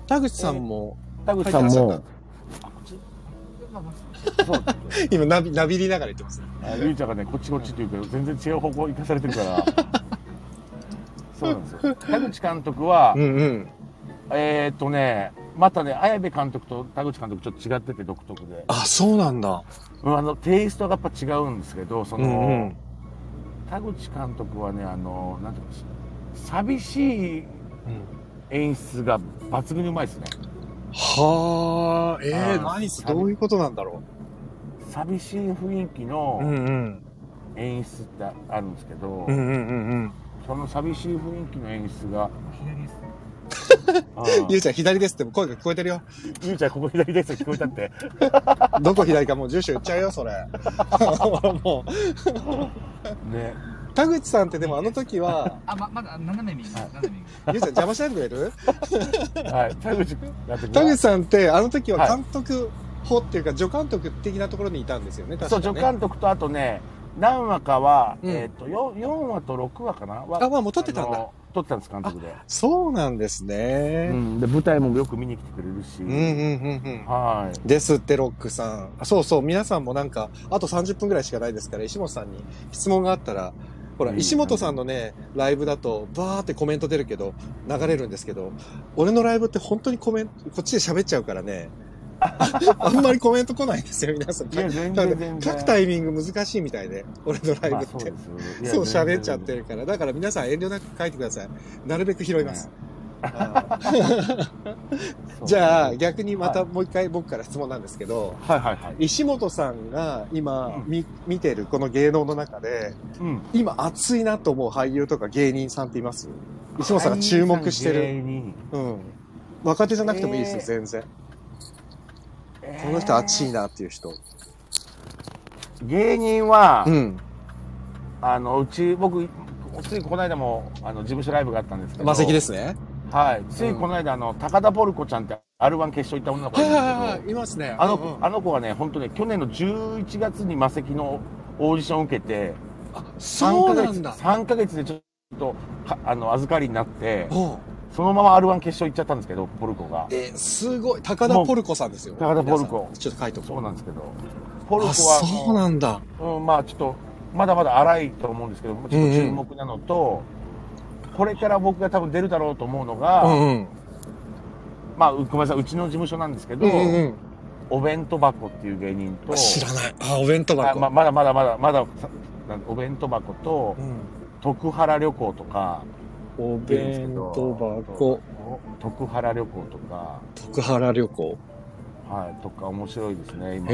Speaker 1: 田口さんも、
Speaker 2: 田口さ
Speaker 1: 入っ
Speaker 2: ん
Speaker 1: てらっ
Speaker 2: も
Speaker 1: し、
Speaker 2: そう。
Speaker 1: 今、なび、なびりながら言ってますね。
Speaker 2: あゆうちゃんがね、こっちこっちって言うけど、全然違う方向行かされてるから。 そうなんですよ。田口監督は、
Speaker 1: んうん。
Speaker 2: えーっとね、またね、綾部監督と田口監督ちょっと違ってて独特で。
Speaker 1: あ、そうなんだ。
Speaker 2: うんあの、テイストがやっぱ違うんですけど、その、
Speaker 1: うん
Speaker 2: 田口監督はねあのなんていうの寂しい演出が抜群にうまいですね
Speaker 1: はあ、ええ
Speaker 2: あー
Speaker 1: 何す、どういうことなんだろ
Speaker 2: 寂しい雰囲気
Speaker 1: う。
Speaker 2: の
Speaker 1: ん。
Speaker 2: 演出ってあるんですけど、
Speaker 1: うんうんうん
Speaker 2: その寂しい雰囲気の演出が
Speaker 4: 左です。
Speaker 2: あ
Speaker 1: うん。ゆうちゃん、左ですってもう声が聞こえてるよ。
Speaker 2: ゆうちゃんここ左ですよ聞こえたって
Speaker 1: どこ左かもう住所言っちゃうよ、 それ。もう。
Speaker 2: ね
Speaker 1: 田口さんってでもあの時 は、
Speaker 4: あ、ま、まだ斜め右。斜め右。
Speaker 1: ゆうちゃん邪魔しないでくれる
Speaker 2: はい田口監督
Speaker 1: 田口
Speaker 2: は
Speaker 1: さんってあの時は
Speaker 2: はい
Speaker 1: 監督補っていうか、助監督的なところにいたんですよね、
Speaker 2: そ
Speaker 1: 確
Speaker 2: う
Speaker 1: か
Speaker 2: 助
Speaker 1: ね。
Speaker 2: 監督とあとね何話かは、
Speaker 1: うん
Speaker 2: えーっと 4, 四話と6話かなは
Speaker 1: あ、まあもう撮ってたん
Speaker 2: あ
Speaker 1: だ。
Speaker 2: の撮ってたんです監督で,、
Speaker 1: そうなんです
Speaker 2: う
Speaker 1: ね。
Speaker 2: ん、で舞台もよく見に来てくれるし、
Speaker 1: うんうんうんうん。
Speaker 2: はい
Speaker 1: ですって、ロックさん。あそうそう、皆さんもなんか、あと30分ぐらいしかないですから、石本さんに質問があったら、ほら、
Speaker 2: うん
Speaker 1: 石本さんのね、ライブだと、バーってコメント出るけど、流れるんですけど、俺のライブって本当にコメント、こっちで喋っちゃうから ね、あんまりコメント来ないんですよ、皆さん。
Speaker 2: いや全
Speaker 1: な
Speaker 2: 然
Speaker 1: の
Speaker 2: 全然
Speaker 1: で、書くタイミング難しいみたいで、俺のライブって。
Speaker 2: まあそうですよね
Speaker 1: そう喋っちゃっ。
Speaker 2: い
Speaker 1: て
Speaker 2: や
Speaker 1: るから。だから皆さん遠慮なく書いてください。なるべく拾います。
Speaker 2: 全然そう
Speaker 1: じゃあ逆にまた
Speaker 2: は
Speaker 1: もう一回僕から質問なんですけど、
Speaker 2: はいはいはい。
Speaker 1: 石本さんが今
Speaker 2: うん
Speaker 1: み、見てるこの芸能の中で、
Speaker 2: うん。
Speaker 1: 今熱いなと思う俳優とか芸人さんっています石本さんが注目してる。
Speaker 2: 芸人
Speaker 1: うん。若手じゃなくてもいいですよ、
Speaker 2: えー
Speaker 1: 全然。この人熱いなっていう人。
Speaker 2: 芸人は、
Speaker 1: うん。
Speaker 2: あのうち僕ついこの間もあの事務所ライブがあったんですけど
Speaker 1: 魔石ですね。
Speaker 2: はいついこの間あの高田ポルコちゃんって r 1決勝行った女の子
Speaker 1: はい
Speaker 2: がいるん
Speaker 1: はいは
Speaker 2: ですけど、
Speaker 1: いはい、いますね。
Speaker 2: あの,、
Speaker 1: うんうん
Speaker 2: あの子がね本当ね去年の11月に魔石のオーディションを受けて
Speaker 1: あ、そ
Speaker 2: 3
Speaker 1: う
Speaker 2: ヶ
Speaker 1: なん
Speaker 2: 月
Speaker 1: だ。
Speaker 2: 三ヶ月でちょっとかあの預かりになって
Speaker 1: おう
Speaker 2: そのまま r 1決勝行っちゃったんですけどポルコが
Speaker 1: えー、すごい。高田ポルコさんですよ。
Speaker 2: 高田ポル
Speaker 1: 皆
Speaker 2: コ
Speaker 1: さんちょっと書いておこ。
Speaker 2: そううなんですけどポルコ
Speaker 1: あ、
Speaker 2: は
Speaker 1: そうなんだ。
Speaker 2: うん、まあちょっとまだまだ荒いと思うんですけどちょっと注目なのと、これから僕が多分出るだろうと思うのが、
Speaker 1: うんうん。
Speaker 2: まあうごめんなさいうちの事務所なんですけど、
Speaker 1: うんうん
Speaker 2: お弁当箱っていう芸人
Speaker 1: う
Speaker 2: と
Speaker 1: ん。知らない。あ、お弁当
Speaker 2: あ
Speaker 1: 箱。
Speaker 2: ままだまだまだまださなんお弁当箱と
Speaker 1: うん
Speaker 2: 徳原旅行とか
Speaker 1: お
Speaker 2: 出るんですけ
Speaker 1: 弁
Speaker 2: ど
Speaker 1: 当箱、
Speaker 2: 徳原旅行とか、
Speaker 1: 徳原旅行。
Speaker 2: はい、とか面白いですね今。
Speaker 1: へ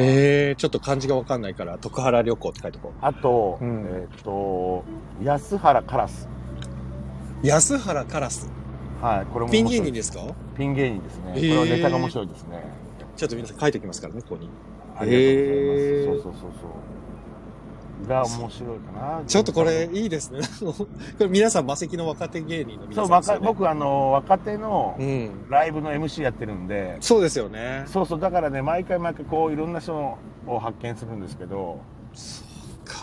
Speaker 1: え、ちょっと漢字がわかんないから、徳原旅行って書いておこ
Speaker 2: あと、
Speaker 1: うん
Speaker 2: えっ、と安原カラス、
Speaker 1: う。安原カラス。
Speaker 2: はい、これも
Speaker 1: ピ
Speaker 2: 面
Speaker 1: ン
Speaker 2: 白
Speaker 1: 芸
Speaker 2: い
Speaker 1: 人ですか
Speaker 2: ピン芸人ですね。
Speaker 1: へ
Speaker 2: こ
Speaker 1: ー
Speaker 2: れはネタが面白いですね。
Speaker 1: ちょっと皆さん書いておきますからね、ここに。
Speaker 2: あり
Speaker 1: へー
Speaker 2: がとうございます。そうそうそうそう。が面白いかな。
Speaker 1: ちょっとこれ、いいですね。あのこれ皆さん、魔石の若手芸人の皆
Speaker 2: そう、
Speaker 1: さん
Speaker 2: わ
Speaker 1: ですよ
Speaker 2: か
Speaker 1: ね。
Speaker 2: 僕あの若手の
Speaker 1: うん。
Speaker 2: ライブの MC やってるんで、
Speaker 1: そうですよね。
Speaker 2: そうそうだからね毎回毎回こういろんな人を発見するんですけど、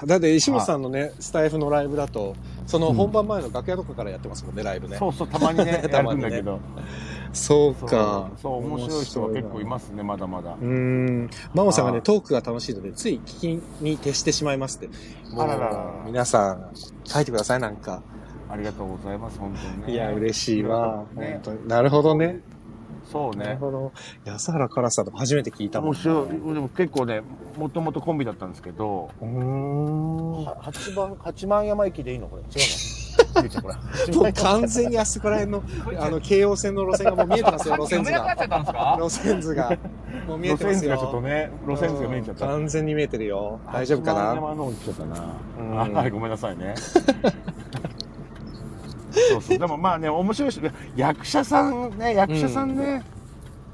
Speaker 1: だって、石本さんのね、スタイフのライブだと、その本番前の楽屋とかからやってますもんね、ライブね。
Speaker 2: そうそうた まにね
Speaker 1: た
Speaker 2: や
Speaker 1: ま
Speaker 2: る
Speaker 1: に
Speaker 2: ん
Speaker 1: ね
Speaker 2: だけど、
Speaker 1: そう
Speaker 2: そう
Speaker 1: か。
Speaker 2: そう面白い人は結構いますねまだまだ
Speaker 1: う。ーん。マモさんが
Speaker 2: は
Speaker 1: ね、
Speaker 2: い
Speaker 1: トークが楽しいので、つい聞きに徹してしまいますって。もう
Speaker 2: あららら
Speaker 1: 皆さん、書いてください、なんか。
Speaker 2: ありがとうございます本当にね。
Speaker 1: いや、嬉しいわ。
Speaker 2: ね
Speaker 1: 本当に。なるほどね。
Speaker 2: そう
Speaker 1: なる
Speaker 2: ね。
Speaker 1: ほど。安原からさんの初めて聞いたもん。
Speaker 2: 面白いでも結構ねもともとコンビだったんですけど。
Speaker 1: うーん。
Speaker 2: は八番八幡山駅でいいのこれ違 うの。ゆうちゃんこれ。
Speaker 1: もう完全にあそこら辺の、あの、京王線の路線がもう見えてますよ、路線図
Speaker 4: めなく
Speaker 1: が
Speaker 4: なっ。ちゃったんですか
Speaker 1: 路線図が。もう見えてますよ。
Speaker 2: 路線図がちょっとね、路線図が見えちゃっ
Speaker 1: うん
Speaker 2: た。
Speaker 1: 完全に見えてるよ。大丈夫か
Speaker 2: 八幡
Speaker 1: な
Speaker 2: 山の方行っちゃったな。
Speaker 1: うん
Speaker 2: あはい、ごめんなさいね。そうそう、でもまあね、面白いし、役者さんね、役者さんね。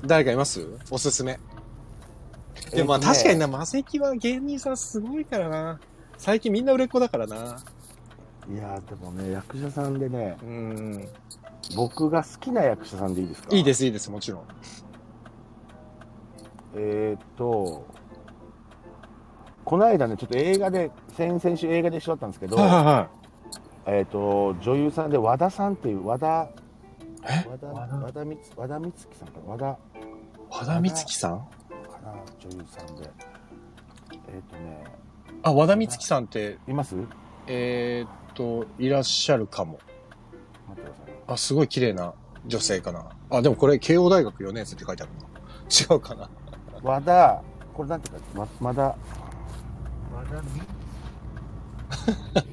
Speaker 1: 誰かいますおすすめ。でもまあ
Speaker 2: えっとね
Speaker 1: 確かにな、魔石は芸人さんすごいからな。最近みんな売れっ子だからな。
Speaker 2: いやー、でもね、役者さんでね、
Speaker 1: うん。
Speaker 2: 僕が好きな役者さんでいいですか。
Speaker 1: いいですす、いいです、もちろん。
Speaker 2: えーっと、この間ね、ちょっと映画で、先々週映画で一緒だったんですけど、
Speaker 1: は
Speaker 2: えっ、と女優さんで和田さんっていう和田和
Speaker 1: え
Speaker 2: 田
Speaker 1: 和
Speaker 2: 和
Speaker 1: 田
Speaker 2: 田光和田光希さんかな和田
Speaker 1: いはい。和田光樹さん
Speaker 2: かな女優さんでえっ、とね
Speaker 1: あ、和田光樹さんって、
Speaker 2: います待
Speaker 1: えーっと、いらっしゃるかも。
Speaker 2: ってください
Speaker 1: あ、すごい綺麗な女性かな。あ、でもこれ、慶応大学4年生って書いてあるな。違うかな。
Speaker 2: 和田これなんていうかわ和田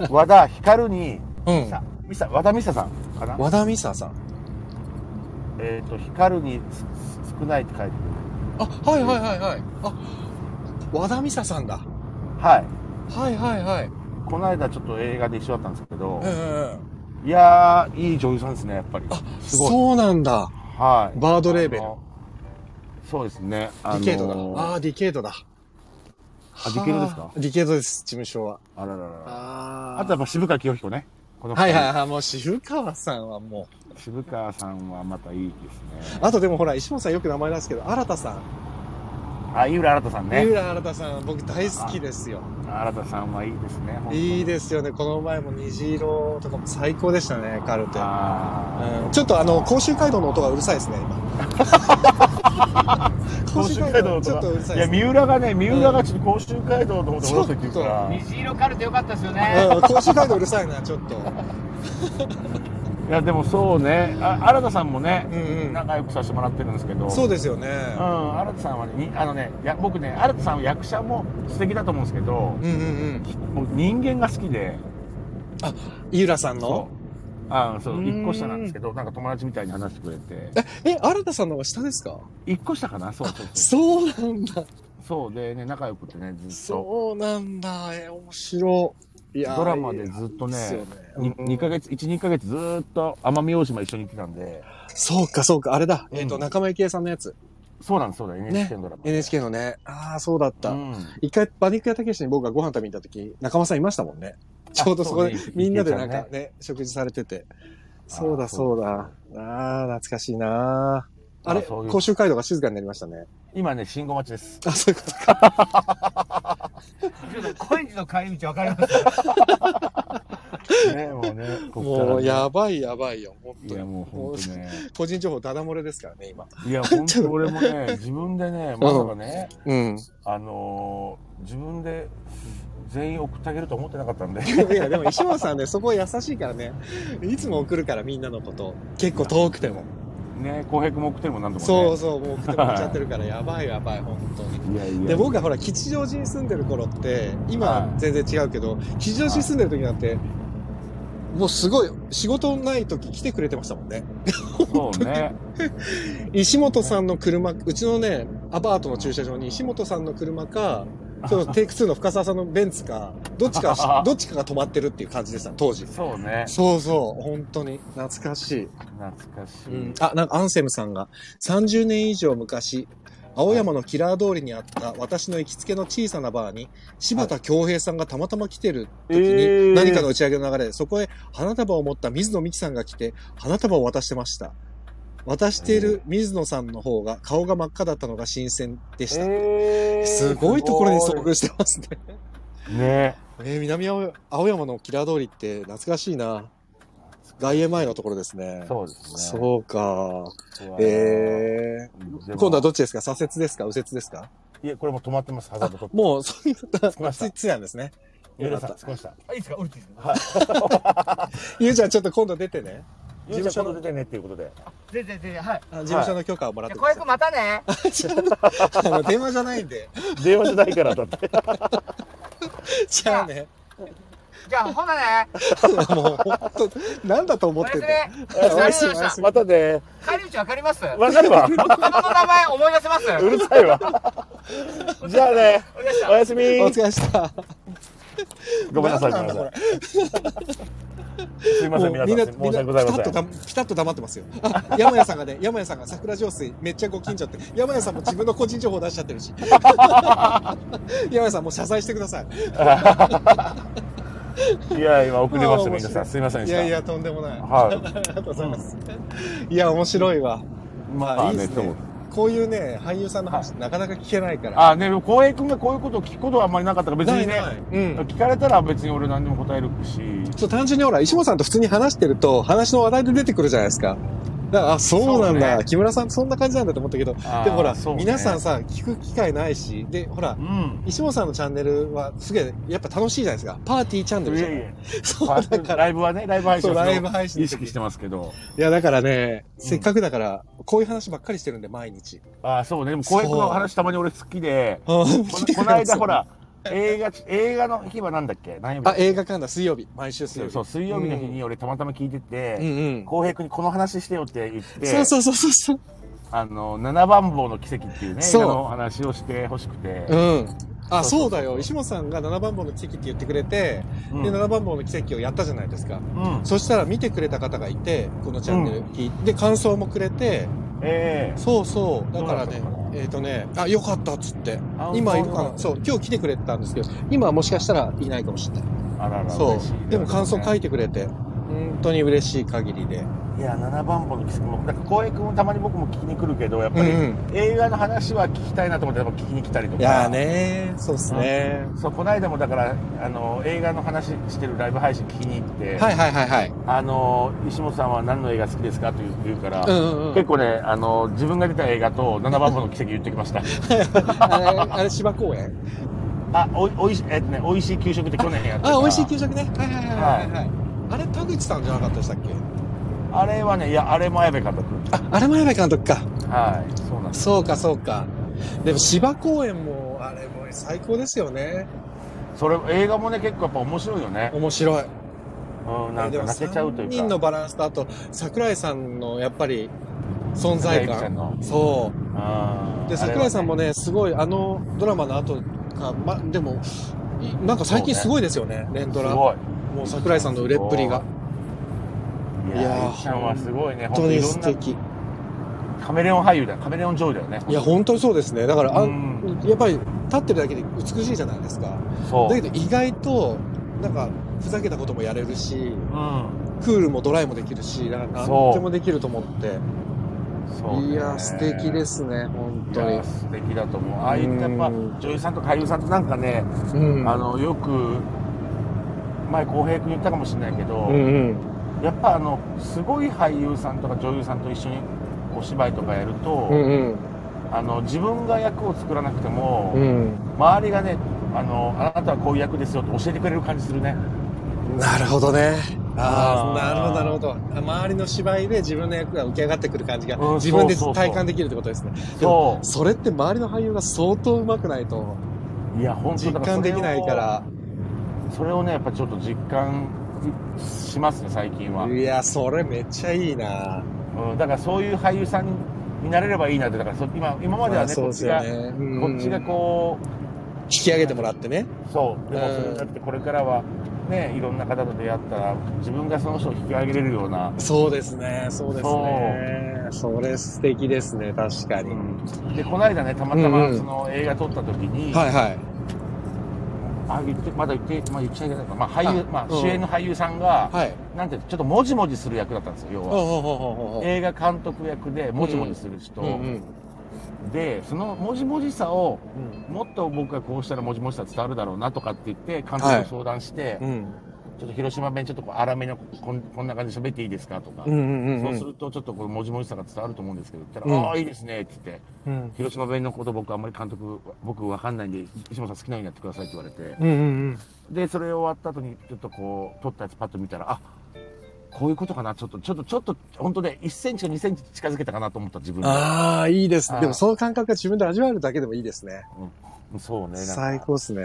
Speaker 2: 和田光に
Speaker 1: うん。
Speaker 2: さミサ和田美沙さんかな
Speaker 1: 和田美沙さん。
Speaker 2: えっ、と光にすす少ないって書いて
Speaker 1: あ、はいはいはいはい。あ、和田美沙さんだ。
Speaker 2: はい
Speaker 1: はいはいはい。
Speaker 2: この間ちょっと映画で一緒だったんですけど
Speaker 1: うんうんうん。
Speaker 2: いやーいい女優さんですねやっぱりすごい
Speaker 1: そうなんだ。
Speaker 2: はい
Speaker 1: バードレーベル
Speaker 2: あ。のそうです
Speaker 1: デ
Speaker 2: ねあの
Speaker 1: ィケードだ。ああー、ディケードだ。
Speaker 2: あディケードですか
Speaker 1: ディケードです、事務所は。
Speaker 2: あららら。
Speaker 1: あ
Speaker 2: あとやっぱ渋川清彦ね。この二人
Speaker 1: はいはいはい、もう渋川さんはもう。
Speaker 2: 渋川さんはまたいいですね。
Speaker 1: あとでもほら、石本さんよく名前なんですけど、新田さん。
Speaker 2: あ、井浦新さん
Speaker 1: 三
Speaker 2: ね。
Speaker 1: 浦新田さん、僕大好きですよ。
Speaker 2: 新さんはいいですね。
Speaker 1: いい
Speaker 2: で
Speaker 1: ですよね。この前も虹色とかも最高でしたね、カルテ。
Speaker 2: あ
Speaker 1: うんちょっとあの、甲州街道の音がうるさいですね、 今。
Speaker 2: ー
Speaker 1: 甲
Speaker 2: 甲
Speaker 1: 州
Speaker 2: 州
Speaker 1: 街
Speaker 2: 街
Speaker 1: 道
Speaker 2: 道
Speaker 1: ち
Speaker 2: と
Speaker 1: ょっ
Speaker 2: か
Speaker 1: とうるさい
Speaker 2: い
Speaker 1: で
Speaker 2: や、
Speaker 1: すね。
Speaker 2: 三浦がね、三浦がちょっと甲州街道の方で
Speaker 1: ちょっと
Speaker 2: 戻ってくるから。い
Speaker 4: 虹色カルテよかったですよね
Speaker 1: うん甲州街道うるさいな、ちょっと。
Speaker 2: や、でもそうね。あ新田さんもね
Speaker 1: う、ん
Speaker 2: 仲良くさせてもらってるんですけど。
Speaker 1: うん。
Speaker 2: う
Speaker 1: そ
Speaker 2: ん
Speaker 1: うですよね。
Speaker 2: 新田さんはね、にあのね、や僕ね、新田さんは役者も素敵だと思うんですけど、
Speaker 1: うんうんうん。
Speaker 2: 僕人間が好きで、
Speaker 1: 井浦さんの
Speaker 2: そう。あそうう、
Speaker 1: ーん
Speaker 2: 一個下なんですけど、なんか友達みたいに話してくれて、
Speaker 1: え、新田さんの方が下ですか
Speaker 2: 一個下かなそうそうそう。
Speaker 1: そうなんだ。
Speaker 2: そうでね、仲良くてね、ずっと。
Speaker 1: そうなんだ。え、面白いやー
Speaker 2: ドラマでずっとね
Speaker 1: いいっすよね
Speaker 2: に二ヶ月、1、2ヶ月ずーっと奄美大島一緒に行ってたんで、
Speaker 1: そうか、そうか、あれだ。えっ、と、
Speaker 2: うん
Speaker 1: 仲間由紀恵さんのやつ。
Speaker 2: そうなんです、そうだ、NHK のドラマ。
Speaker 1: NHK のね。ああ、そうだった。
Speaker 2: うん
Speaker 1: 一回、馬肉屋たけしに僕がご飯食べに行った時、仲間さんいましたもんね。ちょうどそこで
Speaker 2: そうね、
Speaker 1: みんなでなん
Speaker 2: ゆきえち
Speaker 1: か
Speaker 2: ゃん
Speaker 1: ね、食事されてて。
Speaker 2: ー
Speaker 1: そうだ、そうだ。ああ、懐かしいなーあ
Speaker 2: あ
Speaker 1: れ、
Speaker 2: そういう
Speaker 1: 甲州街道が静かになりましたね。
Speaker 2: 今ね、信号待ち です。
Speaker 1: あ、そういうことか。
Speaker 4: ちょっと高円寺の帰り道わかります
Speaker 2: ね、もうね、こっからね
Speaker 1: もう、やばいやばいよ。本
Speaker 2: い
Speaker 1: 当
Speaker 2: や、
Speaker 1: に。
Speaker 2: もう本当ね。
Speaker 1: 個人情報ダダ漏れですからね、今。
Speaker 2: いや、本当俺もね、自分でね、まさかね、
Speaker 1: うん。
Speaker 2: あのー自分で全員送ってあげると思ってなかったんで。
Speaker 1: いや、でも石本さんね、そこ優しいからね。いつも送るから、みんなのこと。結構遠くても。
Speaker 2: ね、浩平君も送ってるもん、なんともね。
Speaker 1: そうそう、もう送ってもらっちゃってるから、やばいやばい、本当に。
Speaker 2: いやいや。
Speaker 1: で、僕がほら、吉祥寺に住んでる頃って、今
Speaker 2: はい
Speaker 1: 全然違うけど、吉祥寺に住んでる時なんて、もうすごい、仕事ない時来てくれてましたもんね。
Speaker 2: そうね。
Speaker 1: 石本さんの車、うちのね、アパートの駐車場に石本さんの車か、そのテイク2の深澤さんのベンツか、どっちかし、どっちかが止まってるっていう感じでした、当時。
Speaker 2: そうね。
Speaker 1: そうそう、本当に懐かしい。
Speaker 2: 懐かし
Speaker 1: う
Speaker 2: い。
Speaker 1: ん、あ、なんかアンセムさんが、30年以上昔、青山のキラー通りにあった私の行きつけの小さなバーに、柴田恭平さんがたまたま来てる時
Speaker 2: え
Speaker 1: に、
Speaker 2: ー
Speaker 1: 何かの打ち上げの流れで、そこへ花束を持った水野美紀さんが来て、花束を渡してました。渡している水野さんの方が顔が真っ赤だったのが新鮮でした。
Speaker 2: えー
Speaker 1: すごいところに遭遇してますね。
Speaker 2: ね。
Speaker 1: えー南青青山のキラー通りって懐かしいな。外苑前のところですね。
Speaker 2: そうですね。
Speaker 1: そうか。
Speaker 2: うわー
Speaker 1: えー、今度はどっちですか左折ですか右折ですか
Speaker 2: いや、これもう止まってます、ハザードと。
Speaker 1: もう、そういう
Speaker 2: 着きまし
Speaker 1: つ
Speaker 2: た
Speaker 1: い。ついなんですね。
Speaker 2: よりさん、着きました。
Speaker 4: いいですか降りていいですか
Speaker 1: ゆうちゃん、ちょっと今度出てね。
Speaker 2: ゆうちゃん、今度出てねっていうことで。
Speaker 4: 全然全然はい
Speaker 1: あ事務所の許可をもらっ
Speaker 4: じ
Speaker 1: てく
Speaker 4: ゃ
Speaker 1: ださ
Speaker 4: 小役また
Speaker 1: い。あ
Speaker 4: ね
Speaker 1: の電話じゃないん で。
Speaker 2: 電話じゃないから、だ って。
Speaker 1: じゃあね。
Speaker 4: じゃあほなね
Speaker 1: もう、本当なんだと思
Speaker 4: お
Speaker 1: っ
Speaker 4: や
Speaker 1: て
Speaker 4: す
Speaker 1: ん
Speaker 4: み
Speaker 1: だよ。
Speaker 4: ありがとうござい
Speaker 1: おや
Speaker 4: ました
Speaker 1: すみ
Speaker 2: またね。
Speaker 4: 帰り道わかります僕
Speaker 2: わかるわ。
Speaker 4: の名前思い出せます
Speaker 2: うるさいわ。じゃあね。
Speaker 4: おやすみ
Speaker 2: おやす
Speaker 1: お疲
Speaker 2: み。
Speaker 1: れした。
Speaker 2: ごめんなさい、ご
Speaker 1: なん
Speaker 2: めん
Speaker 1: だ
Speaker 2: な
Speaker 1: これ
Speaker 2: さ。い。すいません、
Speaker 1: もう
Speaker 2: 皆
Speaker 1: みん
Speaker 2: さ
Speaker 1: な、
Speaker 2: ん。申
Speaker 1: みん
Speaker 2: し
Speaker 1: な、
Speaker 2: 訳ござい
Speaker 1: ピ
Speaker 2: ま
Speaker 1: タッと
Speaker 2: せん
Speaker 1: だ。ピタッと黙ってますよ。あ、山屋さんがね、山屋さんが桜上水めっちゃご近所って、山屋さんも自分の個人情報出しちゃってる し。山屋さんもう謝罪してください。
Speaker 2: いや、今遅れました、
Speaker 1: あー
Speaker 2: 皆さん。すいませんで
Speaker 1: い
Speaker 2: した。
Speaker 1: やいや、とんでもない。
Speaker 2: は
Speaker 1: ありがとうございます。いや、面白いわ。
Speaker 2: い。
Speaker 1: まあ、いいですね。こういうね、俳優さんの話、なかなか聞けないから。
Speaker 2: あ、ね、でも浩平君がこういうことを聞くことはあんまりなかったから、別にね。
Speaker 1: うん。
Speaker 2: 聞かれたら別に俺何でも答えるし。
Speaker 1: そう、単純にほら、石本さんと普通に話してると、話の話題で出てくるじゃないですか。だから、あ、そうなん
Speaker 2: そう
Speaker 1: だ。
Speaker 2: ね
Speaker 1: 木村さんそんな感じなんだと思ったけど、
Speaker 2: あー
Speaker 1: でもほら、
Speaker 2: そうね
Speaker 1: 皆さんさ、聞く機会ないし、で、ほら
Speaker 2: う、ん。
Speaker 1: 石本さんのチャンネルは、すげえ、やっぱ楽しいじゃないですか。パーティーチャンネル
Speaker 2: い
Speaker 1: じゃ
Speaker 2: や
Speaker 1: ないい
Speaker 2: や
Speaker 1: そう、だから。
Speaker 2: ライブはね、ライブ配信
Speaker 1: そう
Speaker 2: は
Speaker 1: ライブ配信
Speaker 2: 意識してますけど。
Speaker 1: いや、だからね、
Speaker 2: うん
Speaker 1: せっかくだから、こういう話ばっかりしてるんで、毎日。
Speaker 2: ああ、そうね。でも浩平君の話たまに俺好きで。
Speaker 1: こ
Speaker 2: このこの間ほ。ら、映画、映画の日はなんだっけ何曜日だ
Speaker 1: あ
Speaker 2: っ、け
Speaker 1: 映画館だ、水曜日。毎週水曜日。
Speaker 2: そう、水曜日の日に俺たまたま聞いて
Speaker 1: うん
Speaker 2: て、
Speaker 1: うん。
Speaker 2: 浩、平君にこの話してよって言って、
Speaker 1: そうそうそうそうそう。
Speaker 2: あの、七番坊の奇跡っていうね、
Speaker 1: そう
Speaker 2: 映画の話をしてほしくて、
Speaker 1: うん。あ、
Speaker 2: そうそうそう
Speaker 1: そうだよ。石本さんが七番坊の奇跡って言ってくれて、
Speaker 2: うん
Speaker 1: で、七番坊の奇跡をやったじゃないですか。
Speaker 2: うん
Speaker 1: そしたら見てくれた方がいて、このチャンネル
Speaker 2: うん
Speaker 1: 聞いて、感想もくれて、
Speaker 2: ええ
Speaker 1: そうそう。だからね
Speaker 2: どうだったのか、な
Speaker 1: えっ、とね、あ、よかったっつって
Speaker 2: あ。
Speaker 1: 今い
Speaker 2: そう
Speaker 1: る
Speaker 2: なん
Speaker 1: か
Speaker 2: だ
Speaker 1: なそう、今日来てくれてたんですけど、今はもしかしたらいないかもしれない。
Speaker 2: あらら、
Speaker 1: そ
Speaker 2: 嬉しいね
Speaker 1: う。でも感想書いてくれて、本当に嬉しい限りで。
Speaker 2: いや、七番坊の奇跡も、なんか浩平君もたまに僕も聞きに来るけど、やっぱり、
Speaker 1: うん
Speaker 2: 映画の話は聞きたいなと思って、やっぱ聞きに来たりとか。
Speaker 1: いやーねー、そうっすね。
Speaker 2: そう、この間もだから、あの、映画の話してるライブ配信聞きに行って、
Speaker 1: はいはいはいはい。
Speaker 2: あの、石本さんは何の映画好きですかという言うから、
Speaker 1: うんうんうん。
Speaker 2: 結構ね、あの、自分が出た映画と、七番坊の奇跡言って きました。
Speaker 1: あれ、あれ芝公園
Speaker 2: あ、おい、おいし、えっとね、おいしい給食って去年やってた
Speaker 1: あ、美味しい給食ね。はいはいはいはいはい。あれ、田口さんじゃなかったでしたっけ
Speaker 2: あれはね、いや、あれも綾部監督。
Speaker 1: あ、あれも矢部監督か。
Speaker 2: はい、そうなんです。
Speaker 1: そうか、そうか。でも芝公園も、あれも最高ですよね。
Speaker 2: それ、映画もね、結構やっぱ面白いよね。
Speaker 1: 面白い。
Speaker 2: うん、なん
Speaker 1: で
Speaker 2: か
Speaker 1: も
Speaker 2: 泣けちゃうと
Speaker 1: 3
Speaker 2: いうか。
Speaker 1: 人のバランスと、あと、桜井さんのやっぱり存在
Speaker 2: 桜井ちゃ
Speaker 1: 感。
Speaker 2: んの。
Speaker 1: そ
Speaker 2: あ
Speaker 1: う。
Speaker 2: ー
Speaker 1: で、桜井さんも
Speaker 2: あ
Speaker 1: ね、すごい、あのドラマの後か、ま、でも、なんか最近すごいですよね、連ド
Speaker 2: す
Speaker 1: ラ。
Speaker 2: ごい。
Speaker 1: もう桜井さんの売れっぷりが。
Speaker 2: い
Speaker 1: いや
Speaker 2: や
Speaker 1: ー
Speaker 2: ー、ちゃんはすごいね。
Speaker 1: 本当に素
Speaker 2: 本当いろん
Speaker 1: 敵。
Speaker 2: なカメレオン俳優だよ。カメレオン女優だよね。
Speaker 1: いや、本当にそうですね。だから、あ
Speaker 2: うん
Speaker 1: やっぱり立ってるだけで美しいじゃないですか。
Speaker 2: そ
Speaker 1: だけ
Speaker 2: う。
Speaker 1: ど意外と、なんか、ふざけたこともやれるし、
Speaker 2: うん。
Speaker 1: クールもドライもできるし、なんか
Speaker 2: そう
Speaker 1: 何でもできると思って。
Speaker 2: そう、。
Speaker 1: いや、素敵ですすね、本
Speaker 2: い
Speaker 1: 当に
Speaker 2: や。素敵だと思う。ああいったやっぱ
Speaker 1: うん
Speaker 2: 女優さんとか俳優さんとなんかね、
Speaker 1: うん
Speaker 2: あ、のよく前浩平君言ったかもしれないけど、
Speaker 1: うんうん。
Speaker 2: やっぱあのすごい俳優さんとか女優さんと一緒にお芝居とかやると、
Speaker 1: うんうん。
Speaker 2: あの自分が役を作らなくても、
Speaker 1: うん。
Speaker 2: 周りがねあのあなたはこういう役ですよって教えてくれる感じするね。
Speaker 1: なるほどね。ああ、
Speaker 2: あー
Speaker 1: なるほど、なるほど。周りの芝居で自分の役が浮き上がってくる感じが
Speaker 2: うん、
Speaker 1: 自分で
Speaker 2: そうそうそう
Speaker 1: 体感できるってことですね。でも
Speaker 2: そ
Speaker 1: それって周りの俳優が相当上手くないと、
Speaker 2: う。いや本当
Speaker 1: 実
Speaker 2: だか
Speaker 1: 感
Speaker 2: らそれ
Speaker 1: で
Speaker 2: を
Speaker 1: きないか
Speaker 2: それをねやっぱちょっと実感しますね最近は
Speaker 1: ら。。いや、それめっちゃいいな。
Speaker 2: うん、だからそういう俳優さんになれればいいなってだからそ今今まではね,、
Speaker 1: そう
Speaker 2: こっ
Speaker 1: です
Speaker 2: ち
Speaker 1: よ
Speaker 2: が、
Speaker 1: ね。
Speaker 2: こっちが
Speaker 1: うん
Speaker 2: こ
Speaker 1: 引き上げてもらってね。
Speaker 2: うそうでも
Speaker 1: うん
Speaker 2: それだってこれからはねいろんな方と出会ったら自分がその人を引き上げれるような、
Speaker 1: そうですね、そうですね。それ素敵ですね、確かに。
Speaker 2: でこの間ねたまた
Speaker 1: うんう
Speaker 2: ま
Speaker 1: ん
Speaker 2: その映画撮った時に、
Speaker 1: はいはい。
Speaker 2: あ言ってまだ言って、まあ、言っちゃいけないか、まあ俳優
Speaker 1: あ
Speaker 2: まあ、
Speaker 1: うん
Speaker 2: 主演の俳優さんが、
Speaker 1: はい。
Speaker 2: なんていうのちょっともじもじする役だったんですよ要
Speaker 1: ほう
Speaker 2: は。
Speaker 1: ほうほうほうほう
Speaker 2: 映画監督役でもじもじする人、
Speaker 1: うんうん
Speaker 2: でそのもじもじさを
Speaker 1: うん
Speaker 2: もっと僕がこうしたらもじもじさ伝わるだろうなとかって言って監督と相談して、
Speaker 1: うん
Speaker 2: ちょっと広島弁ちょっとこう荒めのこんこんな感じで喋っていいですかとか、
Speaker 1: うんうん
Speaker 2: そうす
Speaker 1: う
Speaker 2: るとちょっとこのもじもじさが伝わると思うんですけどって言った
Speaker 1: うん
Speaker 2: ら「ああいいですね」って言って
Speaker 1: ん
Speaker 2: 「広島弁のこと僕あんまり監督僕わかんないんで石本さん好きなようにやってください」って言われて
Speaker 1: うんうん
Speaker 2: でそれ終わった後にちょっとこう撮ったやつパッと見たらあこういうことかなちょっとちょっとちょっと本当ね1センチか2センチ近づけたかなと思った自分が
Speaker 1: ああ、いいです
Speaker 2: あ
Speaker 1: ね。
Speaker 2: ー
Speaker 1: でもその感覚が自分で味わえるだけでもいいですね。
Speaker 2: そうねなんか
Speaker 1: 最高ですね。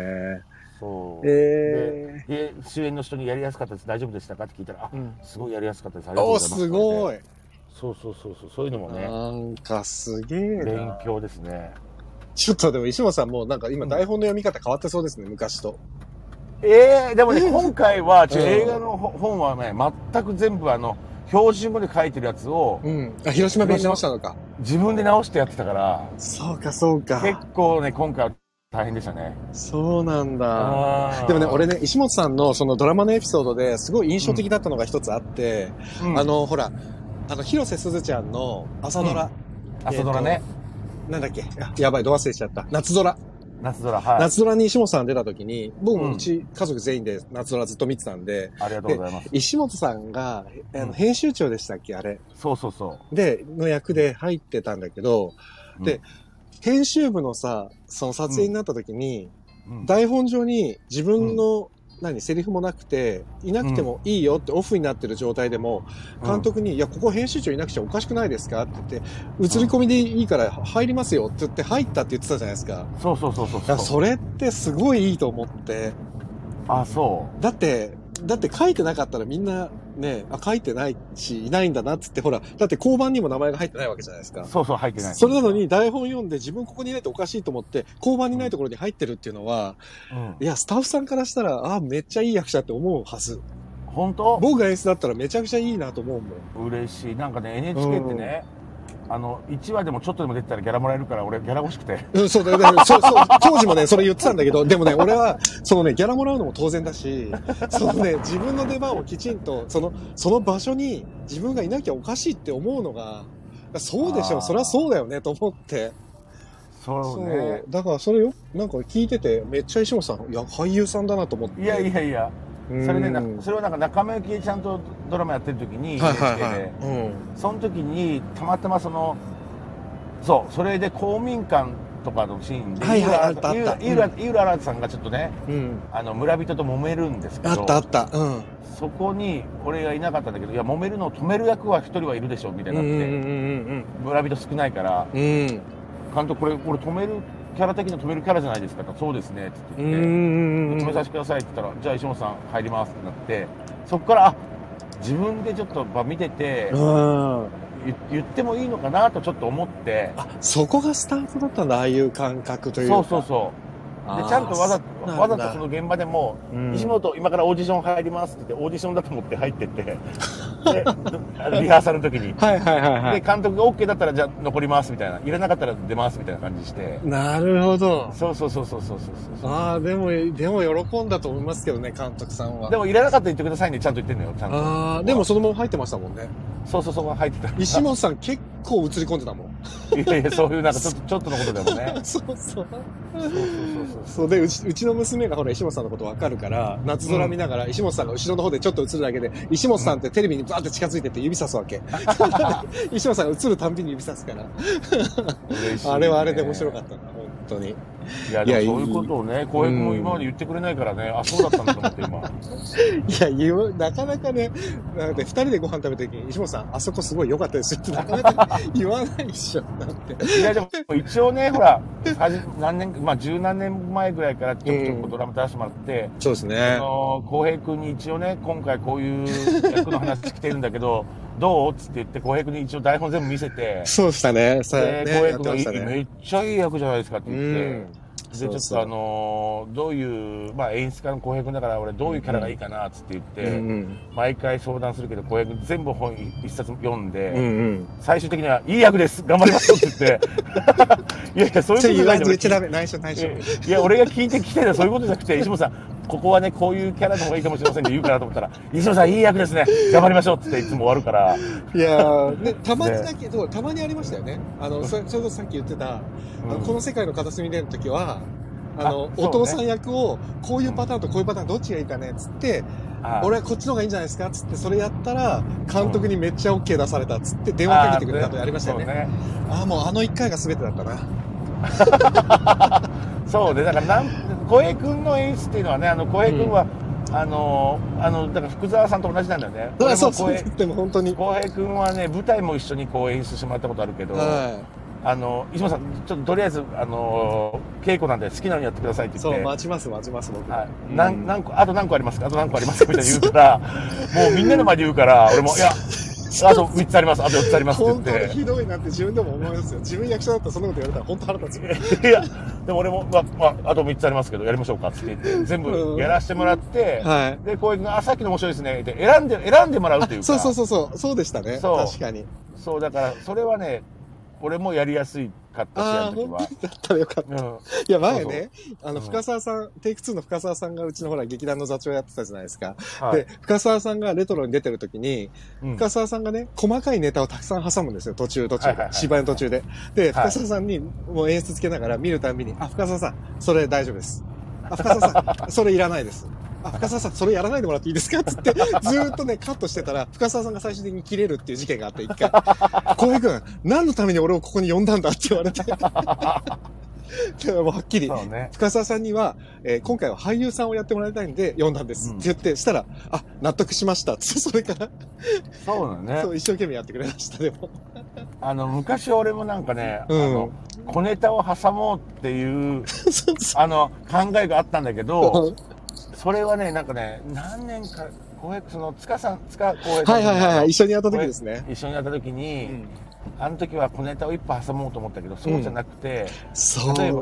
Speaker 2: そう
Speaker 1: え
Speaker 2: で主演の人にやりやすかったです大丈夫でしたかって聞いたらあ
Speaker 1: えー。
Speaker 2: すごいやりやすかったですありがとう
Speaker 1: お
Speaker 2: ご
Speaker 1: ー、
Speaker 2: ざいます
Speaker 1: すごい。
Speaker 2: そうそうそうそうそういうのもね
Speaker 1: なんかすげえ
Speaker 2: 勉
Speaker 1: な。
Speaker 2: 強ですね
Speaker 1: ちょっとでも石本さんもうなんか今台本の読み方変わってそうですね、昔と。
Speaker 2: えー、でもね今回はちょ
Speaker 1: うん
Speaker 2: 映画のほ本はね全く全部あの標準語で書いてるやつを
Speaker 1: うん。あ、広島弁直したのか。
Speaker 2: 自分で直してやってたから
Speaker 1: そうか、そう
Speaker 2: 結
Speaker 1: か。
Speaker 2: 構ね今回は大変でしたね
Speaker 1: そうなんだ。
Speaker 2: あー
Speaker 1: でもね、俺ね、石本さんのそのドラマのエピソードですごい印象的だったのが一つあって、
Speaker 2: うん
Speaker 1: あの、ほら、あの、広瀬すずちゃんの朝ドラ、
Speaker 2: 朝ドラね
Speaker 1: なんだっけ、あやばい、ど忘れしちゃった。夏ドラ。
Speaker 2: 夏ドラはい
Speaker 1: 夏ドラに石本さん出た時に、僕
Speaker 2: う
Speaker 1: も
Speaker 2: ん
Speaker 1: うち家族全員で夏ドラずっと見てたんで、
Speaker 2: ありがとうございます
Speaker 1: 石本さんが、あ
Speaker 2: うん
Speaker 1: の編集長でしたっけ、あれ。
Speaker 2: そうそうそ
Speaker 1: で、の役で入ってたんだけど、
Speaker 2: う
Speaker 1: で、編集部のさ、その撮影になった時に、
Speaker 2: うん
Speaker 1: 台本上に自分の、何、セリフもなくて、いなくてもいいよってオフになってる状態でも、監督に、いや、ここ編集長いなくちゃおかしくないですかって言って、映り込みでいいから入りますよって言って入ったって言ってたじゃないですか。
Speaker 2: うんそうそうそうそう
Speaker 1: だからそれってすごいいいと思って。
Speaker 2: あそう
Speaker 1: だって、だって書いてなかったらみんなね、あ、書いてないし、いないんだなっつって、ほら、だって交番にも名前が入ってないわけじゃないですか。
Speaker 2: そうそう入ってない
Speaker 1: それなのに台本読んで自分ここにいないとおかしいと思って、交番にないところに入ってるっていうのは、
Speaker 2: うん
Speaker 1: いや、スタッフさんからしたら、あ、めっちゃいい役者って思うはず。
Speaker 2: 本当
Speaker 1: 僕が演出だったらめちゃくちゃいいなと思うもん。
Speaker 2: 嬉しいなんかね NHK ってね、あの1話でもちょっとでも出てたらギャラもらえるから俺ギャラ欲し くて
Speaker 1: うん、そうだ、だからそう、そう、 当時もね、それ言ってたんだけど、でもね、俺は、そのね、ギャラもらうのも当然だ し、そのね、自分の出番をきちんと、その、その場所に自分がいなきゃおかしいって思うのが、そうでし
Speaker 2: あ
Speaker 1: ょ、
Speaker 2: ー
Speaker 1: そりゃそうだよね、と思って。
Speaker 2: そうね
Speaker 1: だからそれよ、なんか聞いてて、めっちゃ石本さん、いや、俳優さんだなと思って。
Speaker 2: いやいやいや
Speaker 1: そ
Speaker 2: それでなそれはなんか中村ゆきえちゃんとドラマやってる時に NHK で、
Speaker 1: い。うん。
Speaker 2: その時にたまたまそのそうそれで公民館とかのシーンで
Speaker 1: はいはい
Speaker 2: 井
Speaker 1: あったあった
Speaker 2: 浦井浦井浦新さんがちょっとね
Speaker 1: うん。
Speaker 2: あの村人と揉めるんですけ
Speaker 1: あったあ
Speaker 2: ど
Speaker 1: った。うん。
Speaker 2: そこに俺がいなかったんだけどいや揉めるのを止める役は一人はいるでしょみたいになって、
Speaker 1: ん
Speaker 2: 村人少ないから
Speaker 1: うんうん。
Speaker 2: 監督これこれ止めるキャラ的には止めるキャラじゃないですかってそうですねって
Speaker 1: う
Speaker 2: 言って、
Speaker 1: ん
Speaker 2: 止めさせてくださいって言ったらじゃあ石本さん入りますってなってそこからあ自分でちょっとまあ見てて、
Speaker 1: うん。
Speaker 2: 言言ってもいいのかなとちょっと思って
Speaker 1: あ、そこがスタートだったんだ、ああいう感覚というか。
Speaker 2: そうそうそう
Speaker 1: あー
Speaker 2: ちゃんとわざ
Speaker 1: なんだ
Speaker 2: わざとその現場でも、
Speaker 1: うん
Speaker 2: 西本、今からオーディション入りますって言って、オーディションだと思って入ってって、で あのリハーサルの時に。
Speaker 1: はいはいはいは
Speaker 2: で、
Speaker 1: い。
Speaker 2: 監督が OK だったら、じゃあ残りますみたいな。入れなかったら出ますみたいな感じして。
Speaker 1: なるほど。
Speaker 2: そうそうそうそうそうそうそう。
Speaker 1: ああ、でも、でも喜んだと思いますけどね、監督さんは。
Speaker 2: でも入れなかったら言ってくださいね、ちゃんと言ってんのよ、ちゃんと。
Speaker 1: ああ、でもそのまま入ってましたもんね。
Speaker 2: そうそうそう、入ってた。
Speaker 1: 石本さん結構映り込んでたもん。
Speaker 2: いやい や、そういうなんかちょっと、ちょっとのことでもね。
Speaker 1: そうそう。
Speaker 2: そうそうそうそ
Speaker 1: そうで、うち、うちの娘がほら、石本さんのことわかるから、夏空見ながら、石本さんが後ろの方でちょっと映るだけで、石本さんってテレビにバーって近づいてって指さすわ け。石本さんが映るたんびに指さすから。
Speaker 2: う。嬉しいね
Speaker 1: あれはあれで面白かったな、本当に。
Speaker 2: いや、でも
Speaker 1: いや
Speaker 2: そういうことをね、浩平君も今まで言ってくれないからね、あ、そうだったんだと思って今。
Speaker 1: いや、言う、なかなかね、だって二人でご飯食べた時に、石本さん、あそこすごい良かったですよって、なかなか言わないでしょ、だって。
Speaker 2: いや、でも一応ね、ほら、はじ何年か、まあ十何年前ぐらいからちょくちょくドラマ出してもらって、
Speaker 1: そうです
Speaker 2: あ
Speaker 1: ね。
Speaker 2: の浩平君に一応ね、今回こういう役の話来てるんだけど、 どうっつって言って、浩平君に一応台本全部見せて、
Speaker 1: そうでしたね。さ
Speaker 2: で、
Speaker 1: ね、
Speaker 2: 浩
Speaker 1: や
Speaker 2: 平
Speaker 1: ってま
Speaker 2: 君
Speaker 1: した
Speaker 2: が、
Speaker 1: ね。
Speaker 2: めっちゃいい役じゃないですかって
Speaker 1: う
Speaker 2: 言って
Speaker 1: ん。。
Speaker 2: でちょっとあのーどういう、まあ、演出家の浩平君だから俺どういうキャラがいいかなっつって言って、
Speaker 1: うん
Speaker 2: 毎回相談するけど浩平君全部本一一冊読んで、
Speaker 1: うん。うんうん。
Speaker 2: 最終的には「いい役です頑張ります」って言って いやいやそういう
Speaker 1: それ
Speaker 2: ことじ
Speaker 1: 言
Speaker 2: ゃ
Speaker 1: わず
Speaker 2: ない
Speaker 1: 言っちゃ
Speaker 2: い
Speaker 1: ダメ。内緒内緒
Speaker 2: や。いや俺が聞いてきてるのはそういうことじゃなくて石本さんここはねこういうキャラの方がいいかもしれませんって言うかなと思ったら「石本さんいい役ですね頑張りましょう」って言っていつも終わるから
Speaker 1: いや ーね、たまにだけど、たまにありましたよね。あ の、それ、それこそさっき言ってた、あの
Speaker 2: うん
Speaker 1: この世界の片隅での時は、あの
Speaker 2: あそうね
Speaker 1: お父さん役を、こういうパターンとこういうパターンどっちがいいかね、つって、
Speaker 2: あ
Speaker 1: 俺はこっちの方がいいんじゃないですか、つって、それやったら、監督にめっちゃ OK 出された、つって電話かけてくれたとやりましたよね。ああ、もうあの一回が全てだったな。
Speaker 2: そうね、だからなん小平君の演出っていうのはね、あの小平君は、あのあのだから福沢さんと同じなんだよね。
Speaker 1: だからそうそ
Speaker 2: 俺
Speaker 1: う、
Speaker 2: も小平
Speaker 1: でも本当に。
Speaker 2: 小平君はね、舞台も一緒にこう演出してもらったことあるけど、
Speaker 1: は
Speaker 2: あの石本さん、ちょっととりあえずあの稽古なんで好きなようにやってくださいって
Speaker 1: い。
Speaker 2: 言
Speaker 1: そう、
Speaker 2: って。
Speaker 1: 待ちます、待ちます、僕。
Speaker 2: はい
Speaker 1: うん
Speaker 2: なん何個あと何個ありますかあと何個あります かみたいな言うから、もうみんなの前で言うから、俺も、いや、あと3つあります、あと4つありますって言
Speaker 1: 本
Speaker 2: っ
Speaker 1: 当に
Speaker 2: て。
Speaker 1: ひどいなって自分でも思いますよ。自分役者だったらそんなこと言われたら本当腹立つよ。
Speaker 2: いや、でも俺も、まあ、まあ、あと3つありますけど、やりましょうかって言って、全部やらせてもらって、
Speaker 1: はい。
Speaker 2: で、こういうの、あ、さっきの面白いですね、って選んで、選んでもらうというか。
Speaker 1: そうそうそうそう、そうでしたね。
Speaker 2: そう
Speaker 1: 確かに。
Speaker 2: そうだから、それはね、俺もやりやすいかったし、
Speaker 1: ああ、
Speaker 2: あの時
Speaker 1: 本
Speaker 2: は
Speaker 1: 当。にだったらよかった。
Speaker 2: うん。
Speaker 1: いや、前ね、あの、
Speaker 2: うん
Speaker 1: 深澤さん、テイク2の深澤さんがうちのほら、劇団の座長やってたじゃないですか。
Speaker 2: はい
Speaker 1: で、深澤さんがレトロに出てる時に、
Speaker 2: うん
Speaker 1: 深澤さんがね、細かいネタをたくさん挟むんですよ、途中途中
Speaker 2: はいはいはい
Speaker 1: で。芝居の途中で。で、
Speaker 2: はい
Speaker 1: 深澤さんにもう演出つけながら見るたんびに、あ、深澤さん、それ大丈夫です。あ、深澤さ ん、それいらないです。あ、深澤さん、それやらないでもらっていいですかつって、ずーっとね、カットしてたら、深澤さんが最終的に切れるっていう事件があって、一 回。浩平君、何のために俺をここに呼んだんだって言わ れて。だからもうはっきり、
Speaker 2: そうね。
Speaker 1: 深澤さんには、えー今回は俳優さんをやってもらいたいんで、読んだんです。
Speaker 2: うん
Speaker 1: って言って、したら、あ、納得しました。 ってそれから、
Speaker 2: そうだね
Speaker 1: そ。う、一生懸命やってくれました、でも。
Speaker 2: あの、昔俺もなんかね、
Speaker 1: うん
Speaker 2: あの、小ネタを挟もうっていう、
Speaker 1: そうそ
Speaker 2: あの、考えがあったんだけど、
Speaker 1: う。
Speaker 2: それはね、なんかね、何年か、こうやってその、塚さん、塚浩平さ
Speaker 1: は
Speaker 2: ん
Speaker 1: い
Speaker 2: と
Speaker 1: はいはいはい、一緒にやった時ですね。
Speaker 2: 一緒にやった時に、
Speaker 1: うん
Speaker 2: あの時は小ネタを一歩挟もうと思ったけど、そうじゃなくて、
Speaker 1: そうだよ。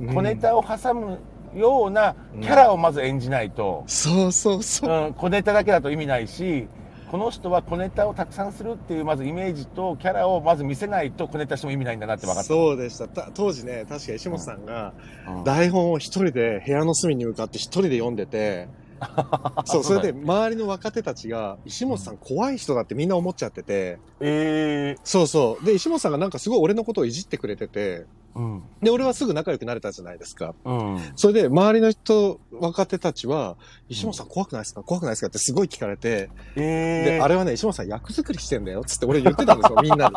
Speaker 2: 小ネ
Speaker 1: うん
Speaker 2: タを挟むようなキャラをまず演じないと、
Speaker 1: そうそうそうう。
Speaker 2: ん小ネタだけだと意味ないしこの人は小ネタをたくさんするっていうまずイメージとキャラをまず見せないと小ネタしても意味ないんだなって分かった
Speaker 1: そうでした。た当時ね、確か石本さんが、
Speaker 2: うん
Speaker 1: 台本を一人で部屋の隅に向かって一人で読んで て、そう、それで周りの若手たちが、石本さん怖い人だってみんな思っちゃってて、
Speaker 2: ええ
Speaker 1: そうそう。で、石本さんがなんかすごい俺のことをいじってくれてて、
Speaker 2: うん
Speaker 1: で、俺はすぐ仲良くなれたじゃないですか。
Speaker 2: うん
Speaker 1: それで、周りの人、若手たちは、石本さん怖くないですか怖くないですかってすごい聞かれて、
Speaker 2: ええ
Speaker 1: で、あれはね、石本さん役作りしてんだよ、つって俺言ってたん ですよ、みんなで。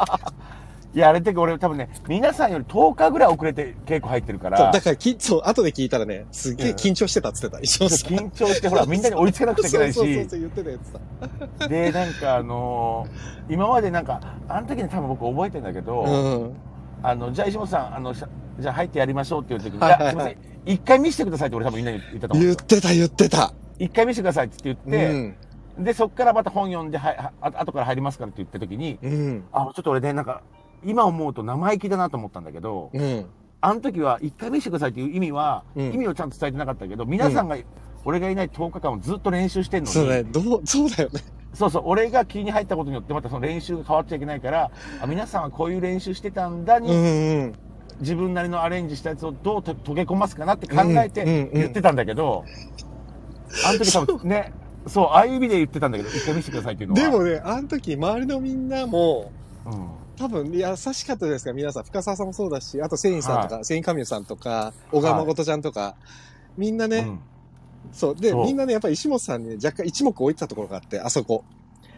Speaker 2: いやあれって俺多分ね皆さんより10日ぐらい遅れて稽古入ってるか
Speaker 1: そう
Speaker 2: ら
Speaker 1: だからき、そう、後で聞いたらね、すっげえ緊張してたっつってた、石本さん。
Speaker 2: 緊張してほらみんなに追いつけなくちゃいけないし
Speaker 1: そうそうそうそう、言ってたやつだ。
Speaker 2: でなんかあのー今までなんかあの時に多分僕覚えてんだけど、
Speaker 1: うん。
Speaker 2: あの、じゃあ石本さん、あの、しゃじゃあ入ってやりましょうっていう時に、い
Speaker 1: はいはい
Speaker 2: や、すいません、一回見せてくださいって俺多分みんなに言ったと思うん
Speaker 1: 言
Speaker 2: で
Speaker 1: っ
Speaker 2: すよ。
Speaker 1: てた、言ってた。
Speaker 2: 一回見せてくださいって言って、
Speaker 1: うん。
Speaker 2: で、そっからまた本読んで、はい、はあ後から入りますからって言った時に、
Speaker 1: うん。
Speaker 2: あ、ちょっと俺ね、なんか、今思うと生意気だなと思ったんだけど、
Speaker 1: うん。
Speaker 2: あの時は1回見せてくださいっていう意味は、
Speaker 1: うん
Speaker 2: 意味をちゃんと伝えてなかったけど、皆さんが、俺がいない10日間をずっと練習してんのに、
Speaker 1: そうだね。どう、そうだよね。
Speaker 2: そうそう、俺が気に入ったことによってまたその練習が変わっちゃいけないから、あ皆さんはこういう練習してたんだに、
Speaker 1: うんうん。
Speaker 2: 自分なりのアレンジしたやつをどうと溶け込ますかなって考え
Speaker 1: うんうん
Speaker 2: て
Speaker 1: うん
Speaker 2: 言ってたんだけど、あの時多分ね、そう、ああいう意味で言ってたんだけど、一回見せてくださいっていうのは。
Speaker 1: でもね、あの時、周りのみんなも、
Speaker 2: うん、
Speaker 1: 多分優しかったじゃないですか、皆さん。深澤さんもそうだし、あと、セインさんとか、セインカミュさんとか、小川誠ちゃんとか、みんなね、
Speaker 2: うん
Speaker 1: そう。で、
Speaker 2: そう
Speaker 1: みんなね、やっぱり石本さんに、ね、若干一目置いてたところがあって、あそこ。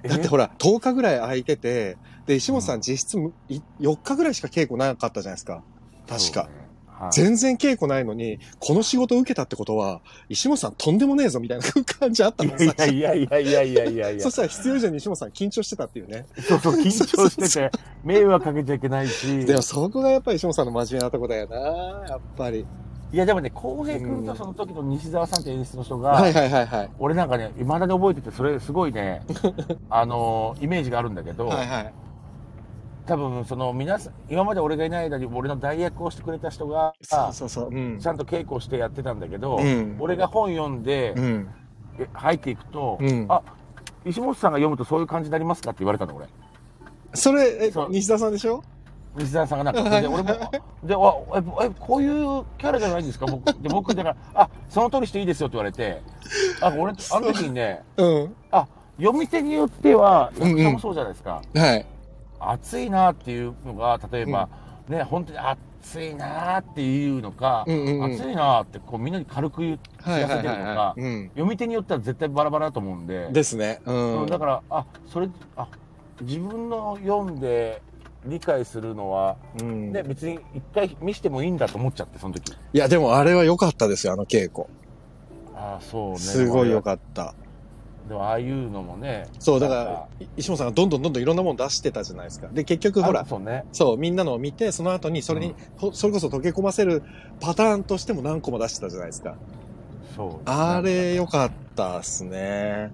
Speaker 1: だって
Speaker 2: え
Speaker 1: ほら、10日ぐらい空いてて、で、石本さ
Speaker 2: うん
Speaker 1: ん実質むい4日ぐらいしか稽古なかったじゃないですか。確
Speaker 2: そう
Speaker 1: か
Speaker 2: ね。はい
Speaker 1: 全然稽古ないのに、この仕事を受けたってことは、石本さんとんでもねえぞみたいな感じあったの
Speaker 2: いやいやいやいやいやいやいや
Speaker 1: そ。したら必要以上に石本さん緊張してたっていうね。
Speaker 2: そうそう、緊張してて、迷惑かけちゃいけないし。
Speaker 1: でもそこがやっぱり石本さんの真面目なとこだよな、やっぱり。
Speaker 2: いや、でもね、浩平君とその時の西澤さんって演出の人が、
Speaker 1: はいはいはいはい。
Speaker 2: 俺なんかね、未だに覚えてて、それすご いね、あのーイメージがあるんだけど、
Speaker 1: はいはい。
Speaker 2: 多分、その皆さん、今まで俺がいない間に俺の代役をしてくれた人が、
Speaker 1: そうそうそう。うん
Speaker 2: ち。ゃんと稽古してやってたんだけど、
Speaker 1: うん
Speaker 2: 俺が本読んで、
Speaker 1: うん。
Speaker 2: え入っていくと、
Speaker 1: うん
Speaker 2: あ、石本さんが読むとそういう感じになりますかって言われたの、俺。
Speaker 1: それ、え
Speaker 2: そう、
Speaker 1: 西田さんでしょ
Speaker 2: 西澤さんがなんか、で、俺も、で、わえ、え、こういうキャラじゃないんですか僕、で、僕、だから、あ、その通りしていいですよって言われて、あ、俺、あの時にね、
Speaker 1: うん。
Speaker 2: あ、読み手によっては、
Speaker 1: うんうん
Speaker 2: 役者もそうじゃないですか。
Speaker 1: はい。
Speaker 2: 暑いなっていうのが、例えば、ね、本当に暑いなっていうのか、
Speaker 1: うんうんうん
Speaker 2: 暑いなって、こう、みんなに軽く言う知
Speaker 1: はい
Speaker 2: ら
Speaker 1: は
Speaker 2: せ
Speaker 1: い
Speaker 2: て
Speaker 1: はい
Speaker 2: るのか
Speaker 1: は、い。うん。
Speaker 2: 読み手によっては絶対バラバラだと思うんで、
Speaker 1: ですね。う。
Speaker 2: うんんだから、あ、それ、あ、自分の読んで理解するのは、
Speaker 1: うん
Speaker 2: ね、別に一回見してもいいんだと思っちゃって、その時。
Speaker 1: いや、でもあれは良かったですよ、あの稽古。
Speaker 2: ああ、そうね。
Speaker 1: すごい良
Speaker 2: っ
Speaker 1: かった。
Speaker 2: た。でも、ああいうのもね。
Speaker 1: そう、だ
Speaker 2: なん
Speaker 1: から、い石本さんがどんどんどんどんいろんなもの出してたじゃないですか。で、結局ほ
Speaker 2: あ
Speaker 1: ら、
Speaker 2: そうね。
Speaker 1: そう、みんなのを見て、その後に、それに、
Speaker 2: うん
Speaker 1: ほそれこそ溶け込ませるパターンとしても何個も出してたじゃないですか。
Speaker 2: そうですね。
Speaker 1: あれ、良かったっすね。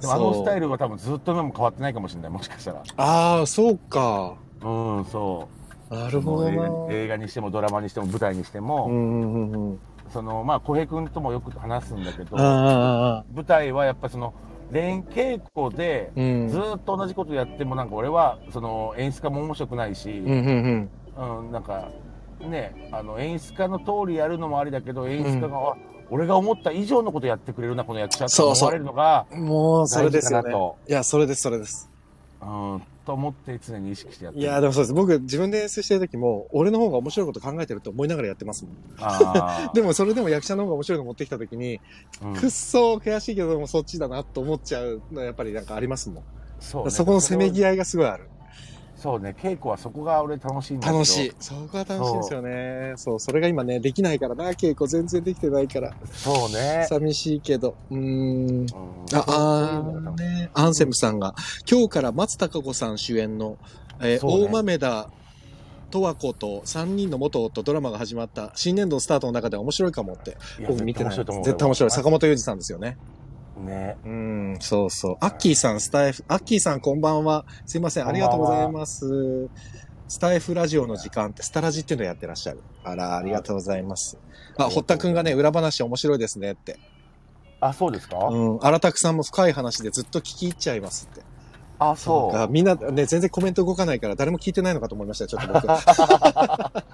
Speaker 2: でもあのスタイ
Speaker 1: ル。
Speaker 2: ルは多分ずっと今も変わってないかもしれない、もしかしたら。
Speaker 1: ああ、そうか。
Speaker 2: うん、そ
Speaker 1: な
Speaker 2: う。
Speaker 1: るほどな。
Speaker 2: もう映画映画にしても、ドラマにしても、舞台にして
Speaker 1: う
Speaker 2: も、
Speaker 1: んうんうんうん。
Speaker 2: その、まあ、小平君ともよく話すんだけど、
Speaker 1: ああ、
Speaker 2: 舞台はやっぱその、連稽古で、
Speaker 1: うん。
Speaker 2: ずーっと同じことやってもなんか俺はその演出家も面白くないし、
Speaker 1: うんうんうん。
Speaker 2: うん、なんかねあの演出家の通りやるのもありだけど演出家が、あ俺が思った以上のことやってくれるなこの役者って
Speaker 1: そう
Speaker 2: 思
Speaker 1: そう
Speaker 2: われるのが
Speaker 1: もう、それ
Speaker 2: 大
Speaker 1: で
Speaker 2: 事
Speaker 1: す
Speaker 2: か
Speaker 1: よ
Speaker 2: な
Speaker 1: ね。
Speaker 2: と
Speaker 1: いや、それです、それです。
Speaker 2: うんと思って常に意識してやって
Speaker 1: い
Speaker 2: る
Speaker 1: や、でもそうです。僕、自分で演出してる時も、俺の方が面白いこと考えてると思いながらやってますもん。
Speaker 2: あ ー
Speaker 1: でも、それでも役者の方が面白いの持ってきた時に、
Speaker 2: うん
Speaker 1: くっそー悔しいけど、でもそっちだなと思っちゃうのはやっぱりなんかありますもん。
Speaker 2: そ
Speaker 1: そこのせめぎ
Speaker 2: 合い
Speaker 1: 合いがすごいある。
Speaker 2: そうね稽古はそこが俺楽しいんだけど
Speaker 1: 楽しい。そこが楽しいですよね。そう、それが今ね、できないからな、稽古全然できてないから。
Speaker 2: そうね、
Speaker 1: 寂しいけど。うーん。
Speaker 2: うん
Speaker 1: あ、あ
Speaker 2: そういうのが
Speaker 1: ー
Speaker 2: 楽しい
Speaker 1: ね、アンセムさんが、今日から松たか子さん主演の、えー
Speaker 2: そうね
Speaker 1: 大豆田十和子と3人の元夫ドラマが始まった新年度のスタートの中では面白いかもって、
Speaker 2: いや
Speaker 1: 僕見てない。
Speaker 2: 絶対面白いと思う
Speaker 1: 絶対面白い。坂本裕二さんですよね。
Speaker 2: ね
Speaker 1: うん、そうそう。アッキーさん、スタイフ、アッキーさんこんばんは。すいません、ありがとうございます。スタイフラジオの時間って、スタラジっていうのやってらっしゃる。あら、ありがとうございます。あ、堀田くんがね、裏話面白いですねって。
Speaker 2: あそうですか、
Speaker 1: うん、荒拓さんも深い話でずっと聞き入っちゃいますって。
Speaker 2: あそ
Speaker 1: あ
Speaker 2: う
Speaker 1: みんなね、全然コメント動かないから、誰も聞いてないのかと思いましたよ、ちょっと 僕。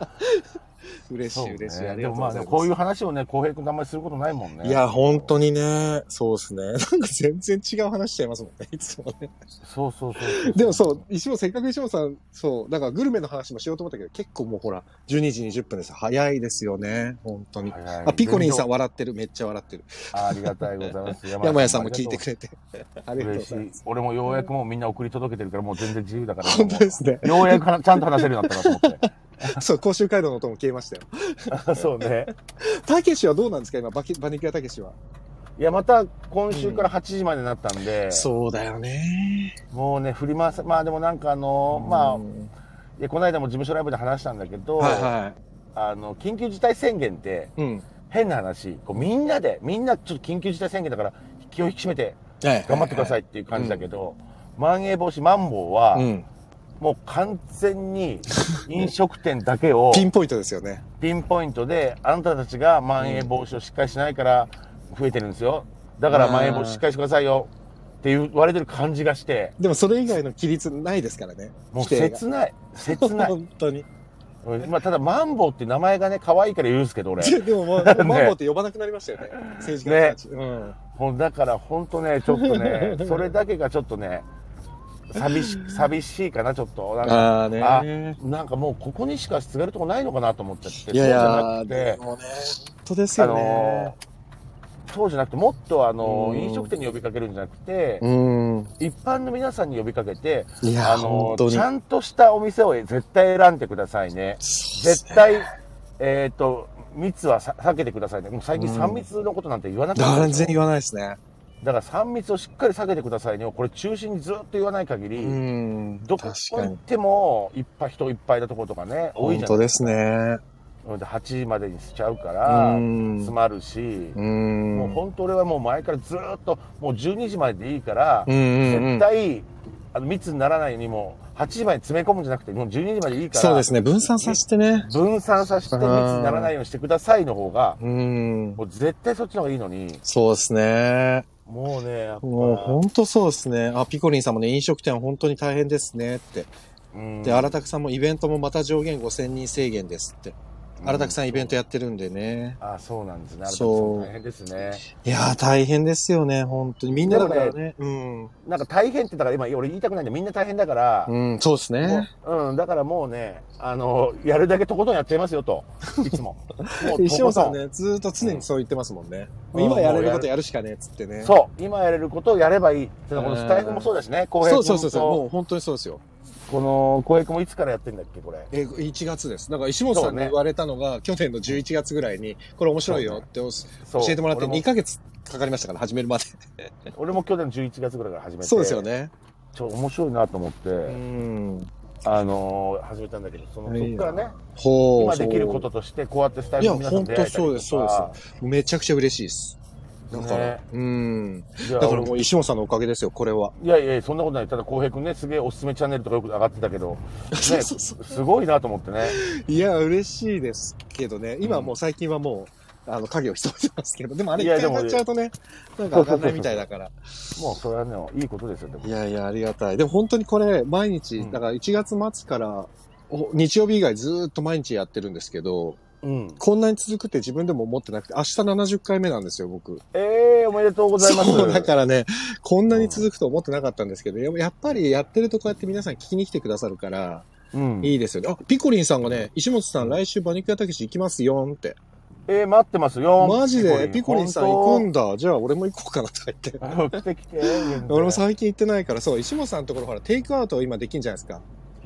Speaker 1: 嬉
Speaker 2: そう
Speaker 1: しい、
Speaker 2: ね
Speaker 1: 嬉しい。あり
Speaker 2: で
Speaker 1: がと
Speaker 2: も
Speaker 1: う
Speaker 2: ま
Speaker 1: ご
Speaker 2: あ
Speaker 1: ざいま
Speaker 2: ね
Speaker 1: す。
Speaker 2: こういう話をね浩平君とあんまりすることないもんね
Speaker 1: いや、本当にね、そうですね。なんか全然違う話しちゃいますもんね、いつもね。
Speaker 2: そうそうそうそう
Speaker 1: でもそう、石本、せっかく石本さん、そう、だからグルメの話もしようと思ったけど、結構もうほら、12時20分です。早いですよね、本当に。
Speaker 2: 早い
Speaker 1: あ、ピコリンさん笑ってる、めっちゃ笑ってる。
Speaker 2: あありがたいございます。山
Speaker 1: 山谷さんも聞いてくれて。 ありがとうご
Speaker 2: 嬉し
Speaker 1: ざいま
Speaker 2: い
Speaker 1: す。。
Speaker 2: 俺もようやくもうみんな送り届けてるから、もう全然自由だから。
Speaker 1: 本当ですね。
Speaker 2: ようやくはなちゃんと話せるようになったなと思 っ
Speaker 1: そう、甲州街道の音も消えましたよ。
Speaker 2: て。そうね。
Speaker 1: たけしはどうなんですか今、バキバニキュアたけしは。
Speaker 2: いや、また今週から8時までなったんで、
Speaker 1: そうだよね。
Speaker 2: もうね、振り回せ、まあでもなんかあの、ま
Speaker 1: あ、
Speaker 2: あいや、この間も事務所ライブで話したんだけど、
Speaker 1: はいは
Speaker 2: あの、緊急事態宣言って、
Speaker 1: い。うん。
Speaker 2: 変な話、こうみんなで、みんなちょっと緊急事態宣言だから、気を引き締めて
Speaker 1: 頑
Speaker 2: 頑張ってくださ
Speaker 1: い。
Speaker 2: いっていう感じだけど、まん延防止、マンボウは、
Speaker 1: うん。
Speaker 2: もう完全に飲食店だけ を
Speaker 1: ピンポイントですよね。
Speaker 2: ピンポイントで、あなたたちがまん延防止をしっかりしないから増えてるんですよ。だからまん延防止しっかりしてくださいよ。って言われてる感じがして、
Speaker 1: でもそれ以外の規律ないですからね。
Speaker 2: もう
Speaker 1: 規定が
Speaker 2: 切ない。切ない。
Speaker 1: 本当に。
Speaker 2: まあ、ただ、マンボウって名前がね、可愛いから許すけど、俺。
Speaker 1: でももう、マンボウって呼ばなくなりましたよね。政治家たち。うん。
Speaker 2: もうだから本当ね、ちょっ とね、それだけがちょっとね、寂し寂しいかな、ちょっと。なんか
Speaker 1: ああね
Speaker 2: なんかもうここにしかすがるとこないのかなと思っちゃって、
Speaker 1: いやい
Speaker 2: そ
Speaker 1: や、
Speaker 2: うじゃな
Speaker 1: で
Speaker 2: くて、
Speaker 1: もね、本当ですよね。
Speaker 2: ーそうじゃなくて、もっとあの、
Speaker 1: うん
Speaker 2: 飲食店に呼びかけるんじゃなくて、
Speaker 1: うん。
Speaker 2: 一般の皆さんに呼びかけて、
Speaker 1: いや、
Speaker 2: あ
Speaker 1: 本
Speaker 2: の
Speaker 1: 当に
Speaker 2: ち。ゃんとしたお店を絶対選んでくださいね。絶対、えっ、と、密はさ避けてくださいね。もう最近
Speaker 1: うん
Speaker 2: 3密のことなんて言わなくなった
Speaker 1: 全
Speaker 2: でしょ
Speaker 1: 然言わないですね。
Speaker 2: だから3密をしっかり避けてくださいねをこれ中心にずっと言わない限り、
Speaker 1: うん。
Speaker 2: ど
Speaker 1: 確
Speaker 2: こ
Speaker 1: か
Speaker 2: 行っ
Speaker 1: に。
Speaker 2: てもいっぱい人いっぱいだとことかね、多い
Speaker 1: 本
Speaker 2: じゃ
Speaker 1: 当
Speaker 2: ない
Speaker 1: ですね。
Speaker 2: うんで8時までにしちゃうか
Speaker 1: う
Speaker 2: ら、
Speaker 1: ん
Speaker 2: 詰。まるし、
Speaker 1: うん。
Speaker 2: もう本当俺はもう前からずっともう12時まででいいから、
Speaker 1: うんうんうん
Speaker 2: 絶対あの密にならないようにもう8時まで詰め込むんじゃなくてもう12時までいいから
Speaker 1: そうですね。分散させてね。
Speaker 2: 分散させて密にならないようにしてくださいの方が、
Speaker 1: うん。
Speaker 2: もう絶対そっちの方がいいのに
Speaker 1: そうですね。
Speaker 2: もうねやっぱ
Speaker 1: もう本当そうですね。あ、ピコリンさんもね、飲食店は本当に大変ですねって。
Speaker 2: うん
Speaker 1: で、荒拓さんもイベントもまた上限5000人制限ですって。荒拓さんイベントやってるんでね。
Speaker 2: あそうなんですね。
Speaker 1: そう
Speaker 2: あれ大変ですね。
Speaker 1: いやー、大変ですよね、本当に。みんなだからね。うん。
Speaker 2: なんか大変ってだから今俺言いたくないんでみんな大変だから、
Speaker 1: うん、そうですね。
Speaker 2: もううん、だからもうね、あの、やるだけとことんやっちゃいますよ と、いつも。もうと
Speaker 1: 石本
Speaker 2: こ
Speaker 1: さ
Speaker 2: と
Speaker 1: ん
Speaker 2: ん
Speaker 1: ね、ずーっと常にそう言ってますもんね。
Speaker 2: うん
Speaker 1: 今やれることやるしかねえっつってね。う。
Speaker 2: そう、今やれることをやればいい。ただこのスタイフもそうだしね、浩平
Speaker 1: そう
Speaker 2: 君と。
Speaker 1: そうそうそう。もう本当にそうですよ。
Speaker 2: この浩平君もいつからやってんだっけ、これ。
Speaker 1: え、1月です。だから石本さんに言われたのが、去年の11月ぐらいに、これ面白いよって教
Speaker 2: そう
Speaker 1: えてもらって
Speaker 2: 俺も
Speaker 1: 2ヶ月かかりましたから、始めるま で。
Speaker 2: 俺も去年の11月ぐらいから始めて。
Speaker 1: そうですよ。ね。
Speaker 2: ちょ、面白いなと思って、
Speaker 1: うん。
Speaker 2: あのー始めたんだけど、その、そっからね、
Speaker 1: ほう。
Speaker 2: 今できることとして、こうやってスタイ
Speaker 1: い
Speaker 2: フ
Speaker 1: や、
Speaker 2: の皆さん
Speaker 1: 本
Speaker 2: と出会
Speaker 1: 当
Speaker 2: えたり
Speaker 1: そうです、
Speaker 2: と
Speaker 1: そう
Speaker 2: か
Speaker 1: です。めちゃくちゃ嬉しいです。だから、
Speaker 2: ね
Speaker 1: うん。
Speaker 2: いや
Speaker 1: だからもう石本さんのおかげですよ、これは。
Speaker 2: いやいや、そんなことない。ただ、浩平君ね、すげえおすすめチャンネルとかよく上がってたけど、
Speaker 1: そうそうそ
Speaker 2: すごいなと思ってね。
Speaker 1: う。いや、嬉しいですけどね。今はもう最近はもう、あの、影を潜めてますけど、でもあれ
Speaker 2: い
Speaker 1: 一
Speaker 2: や
Speaker 1: 回
Speaker 2: でも
Speaker 1: 買っちゃうとね、なんか上がんないみたいだから。
Speaker 2: もう、それはね、いいことですよ。でも
Speaker 1: いやいや、ありがたい。でも本当にこれ、毎日
Speaker 2: う、ん
Speaker 1: だから1月末から、お日曜日以外ずーっと毎日やってるんですけど、
Speaker 2: うん。
Speaker 1: こんなに続くって自分でも思ってなくて、明日70回目なんですよ、僕。
Speaker 2: ええおめでとうございます。
Speaker 1: そう、だからね、こんなに続くと思ってなかったんですけど、ややっぱりやってるとこうやって皆さん聞きに来てくださるから、
Speaker 2: うん。
Speaker 1: いいですよね。あ、ピコリンさんがね、石本さん来週馬肉屋たけし行きますよんって。
Speaker 2: ええ待ってますよ。
Speaker 1: マジでピコリンさん行くん
Speaker 2: だ。
Speaker 1: だ。じゃあ俺も行こうかなとか言って。
Speaker 2: 本当来てきて。
Speaker 1: 俺も最近行ってないから、そう、石本さんのところほら、テイクアウト今できんじゃないですか。